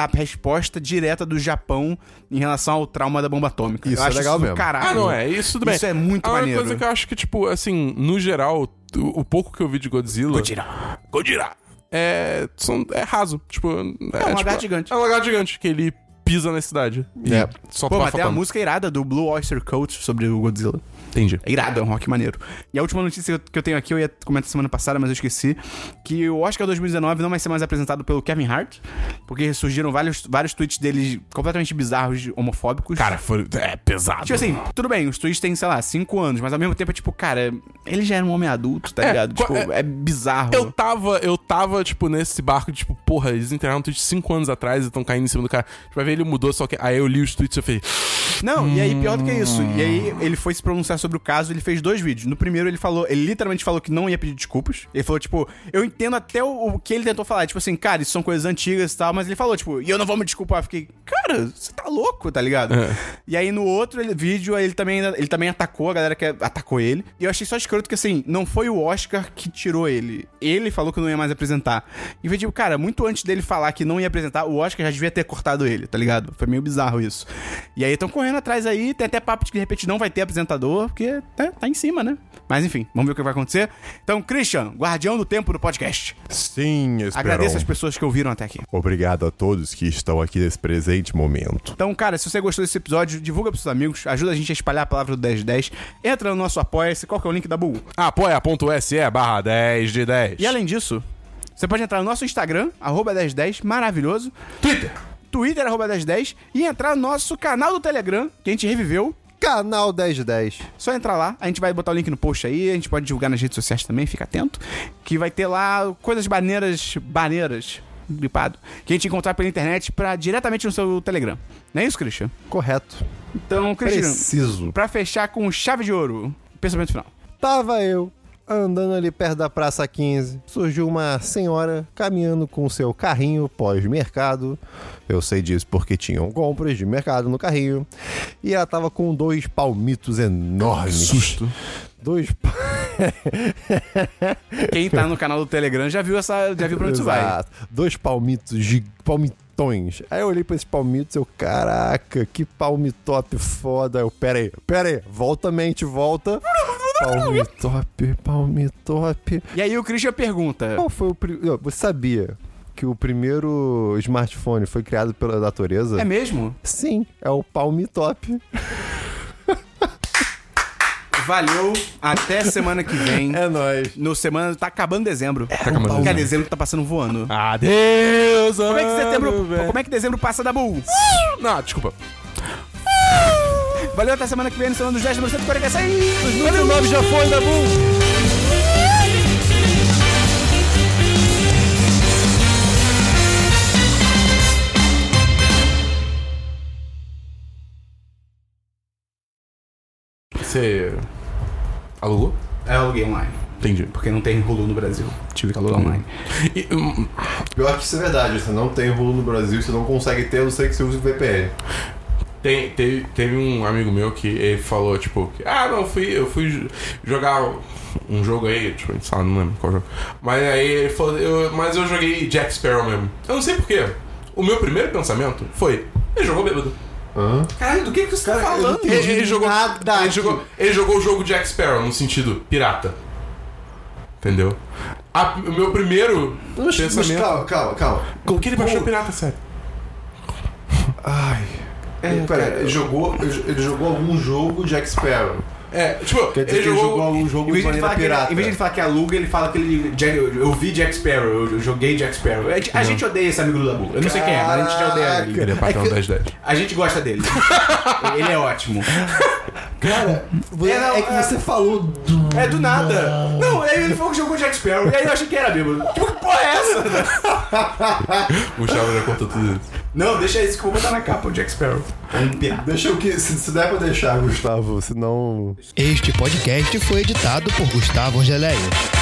S1: a resposta direta do Japão em relação ao trauma da bomba atômica.
S3: Isso
S1: eu
S3: é
S1: acho
S3: legal
S1: do
S3: mesmo.
S1: Caralho.
S2: Ah, não é? Isso tudo bem.
S1: Isso é muito
S2: A única
S1: maneiro.
S2: coisa que eu acho que, tipo, assim, no geral, o, o pouco que eu vi de Godzilla.
S1: Godzilla.
S2: Godzilla. É, são, é raso. Tipo, é, tipo,
S1: lagarto gigante.
S2: É um lagarto gigante que ele pisa na cidade. E
S3: É.
S2: solta
S1: Pô,
S2: uma
S1: mas tem a
S2: fotona.
S1: música irada do Blue Oyster Cult sobre o Godzilla.
S2: Entendi.
S1: É irada, é um rock maneiro. E a última notícia que eu- que eu tenho aqui, eu ia comentar semana passada, mas eu esqueci, que o Oscar 2019 não vai ser mais apresentado pelo Kevin Hart, porque surgiram vários, vários tweets dele completamente bizarros, homofóbicos.
S2: Cara, foi, é pesado.
S1: Tipo assim, tudo bem, os tweets têm, sei lá, 5 anos, mas ao mesmo tempo é tipo, cara, ele já era um homem adulto, tá
S2: É,
S1: ligado?
S2: qua-
S1: Tipo, é, bizarro.
S2: Eu tava, eu tava, tipo, nesse barco de, tipo, porra, eles enterraram um tweet 5 anos atrás e estão caindo em cima do cara. Tipo, vai ver, ele mudou, só que aí eu li os tweets e eu falei,
S1: Não, e aí pior do que isso. E
S2: Hum.
S1: aí ele foi se pronunciar sobre o caso, ele fez dois vídeos. No primeiro ele falou, ele literalmente falou que não ia pedir desculpas. Ele falou, tipo, eu entendo até o, o que ele tentou falar. Tipo assim, cara, isso são coisas antigas e tal, mas ele falou, tipo, e eu não vou me desculpar. Eu fiquei, cara, você tá louco, tá ligado?
S2: É.
S1: E aí no outro ele- vídeo ele também, ainda- ele também atacou a galera que é, atacou ele. E eu achei só escroto que assim, não foi o Oscar que tirou ele. Ele falou que não ia mais apresentar. E foi tipo, cara, muito antes dele falar que não ia apresentar, o Oscar já devia ter cortado ele, tá ligado? Foi meio bizarro isso. E aí estão correndo atrás aí, tem até papo de que de repente não vai ter apresentador, porque tá, tá em cima, né? Mas enfim, vamos ver o que vai acontecer. Então, Christian, guardião do tempo do podcast.
S3: Sim, Esperon.
S1: Agradeço as pessoas que ouviram até aqui.
S3: Obrigado a todos que estão aqui nesse presente momento.
S1: Então, cara, se você gostou desse episódio, divulga pros seus amigos, ajuda a gente a espalhar a palavra do 1010, entra no nosso Apoia-se, qual que é o link da Bull?
S2: "Ah, apoia.se é, barra 10 de 10.
S1: E além disso, você pode entrar no nosso Instagram, arroba 1010, maravilhoso,
S2: Twitter.
S1: Twitter, arroba 1010, e entrar no nosso canal do Telegram, que a gente reviveu,
S3: Canal 10 de 10.
S1: só entrar lá, a gente vai botar o link no post aí, a gente pode divulgar nas redes sociais também, fica atento, que vai ter lá coisas maneiras, maneiras, gripado, que a gente encontrar pela internet pra, diretamente no seu Telegram. Não é isso, Christian?
S3: Correto.
S1: Então, Christian...
S3: Preciso.
S1: Pra fechar com chave de ouro, pensamento final.
S3: Tava eu andando ali perto da Praça 15. Surgiu uma senhora caminhando com o seu carrinho pós-mercado. Eu sei disso porque tinham compras de mercado no carrinho. E ela tava com dois palmitos enormes.
S2: Susto.
S3: Dois pa-
S1: Quem tá no canal do Telegram já viu essa, já viu pra onde isso vai.
S3: Exato. Dois palmitos de palmitões. Aí eu olhei pra esses palmitos e eu, caraca, que palmitop foda. Eu, pera aí, pera aí, volta mente, volta. Palmitop, palmitop.
S1: E aí o Christian pergunta:
S3: Qual foi o primeiro. Você sabia que o primeiro smartphone foi criado pela natureza?
S1: É mesmo?
S3: Sim, é o Palm Top.
S1: Valeu, até semana que vem.
S3: É. nóis.
S1: No semana. Tá acabando dezembro. Tá
S2: acabando
S1: Cara,
S2: dezembro.
S1: dezembro tá passando voando.
S2: Adeus,
S1: Como é que setembro.
S2: Ah, velho.
S1: Como é que dezembro passa da Bull?
S2: Não, desculpa.
S1: Valeu, até semana que vem no Semana dos 10 número 146. Os
S3: Número 9 já foi, Dabu!
S2: Você alugou?
S1: É aluguei online.
S2: Entendi.
S1: Porque não tem Hulu no Brasil. Tive que alugar online.
S2: E, hum,
S3: Pior que isso é verdade, você não tem Hulu no Brasil, você não consegue ter, a não ser que você use o VPN.
S2: Tem, teve, teve um amigo meu que ele falou, tipo, que, ah, não, eu fui, eu fui jo- jogar um jogo aí, tipo, sei lá, não lembro qual jogo. Mas aí ele falou, eu- mas eu joguei Jack Sparrow mesmo. Eu não sei porquê. O meu primeiro pensamento foi, ele jogou bêbado.
S3: Hã?
S1: Caralho, do que, que você tá falando?
S3: entendi
S2: Ele, ele jogou,
S3: nada
S2: ele jogou. Ele jogou o jogo Jack Sparrow no sentido pirata. Entendeu? A- o meu primeiro pensamento.
S3: calma, calma, calma.
S2: Como que ele baixou pirata, sério?
S3: Ai. Ele- pera, ele jogou, ele ele jogou algum jogo Jack Sparrow.
S2: É, tipo,
S3: Quer dizer
S2: ele
S3: que ele jogou
S2: jogou.
S3: algum jogo de maneira
S1: que ele-
S3: pirata.
S1: em vez de ele falar que aluga, ele fala que ele. Jack- Eu, eu vi Jack Sparrow, eu, eu joguei Jack Sparrow. A, gente- a gente odeia esse amigo do Dabu. Eu não sei quem é, mas a gente já odeia ele.
S3: né?
S2: Ele é patrão 1010.
S1: A gente gosta dele. ele é ótimo.
S3: Cara,
S1: É, não, é-
S3: falou do...
S1: É do nada. Não, aí ele falou que jogou Jack Sparrow. E aí eu achei que era bêbado. Que porra é essa?
S2: O Gustavo já contou tudo isso.
S1: Não, deixa isso que eu vou botar na capa, o Jack Sparrow. Um pena.
S3: Deixa eu que. Se, se der pra deixar, Gustavo, senão.
S4: Este podcast foi editado por Gustavo Angeléia.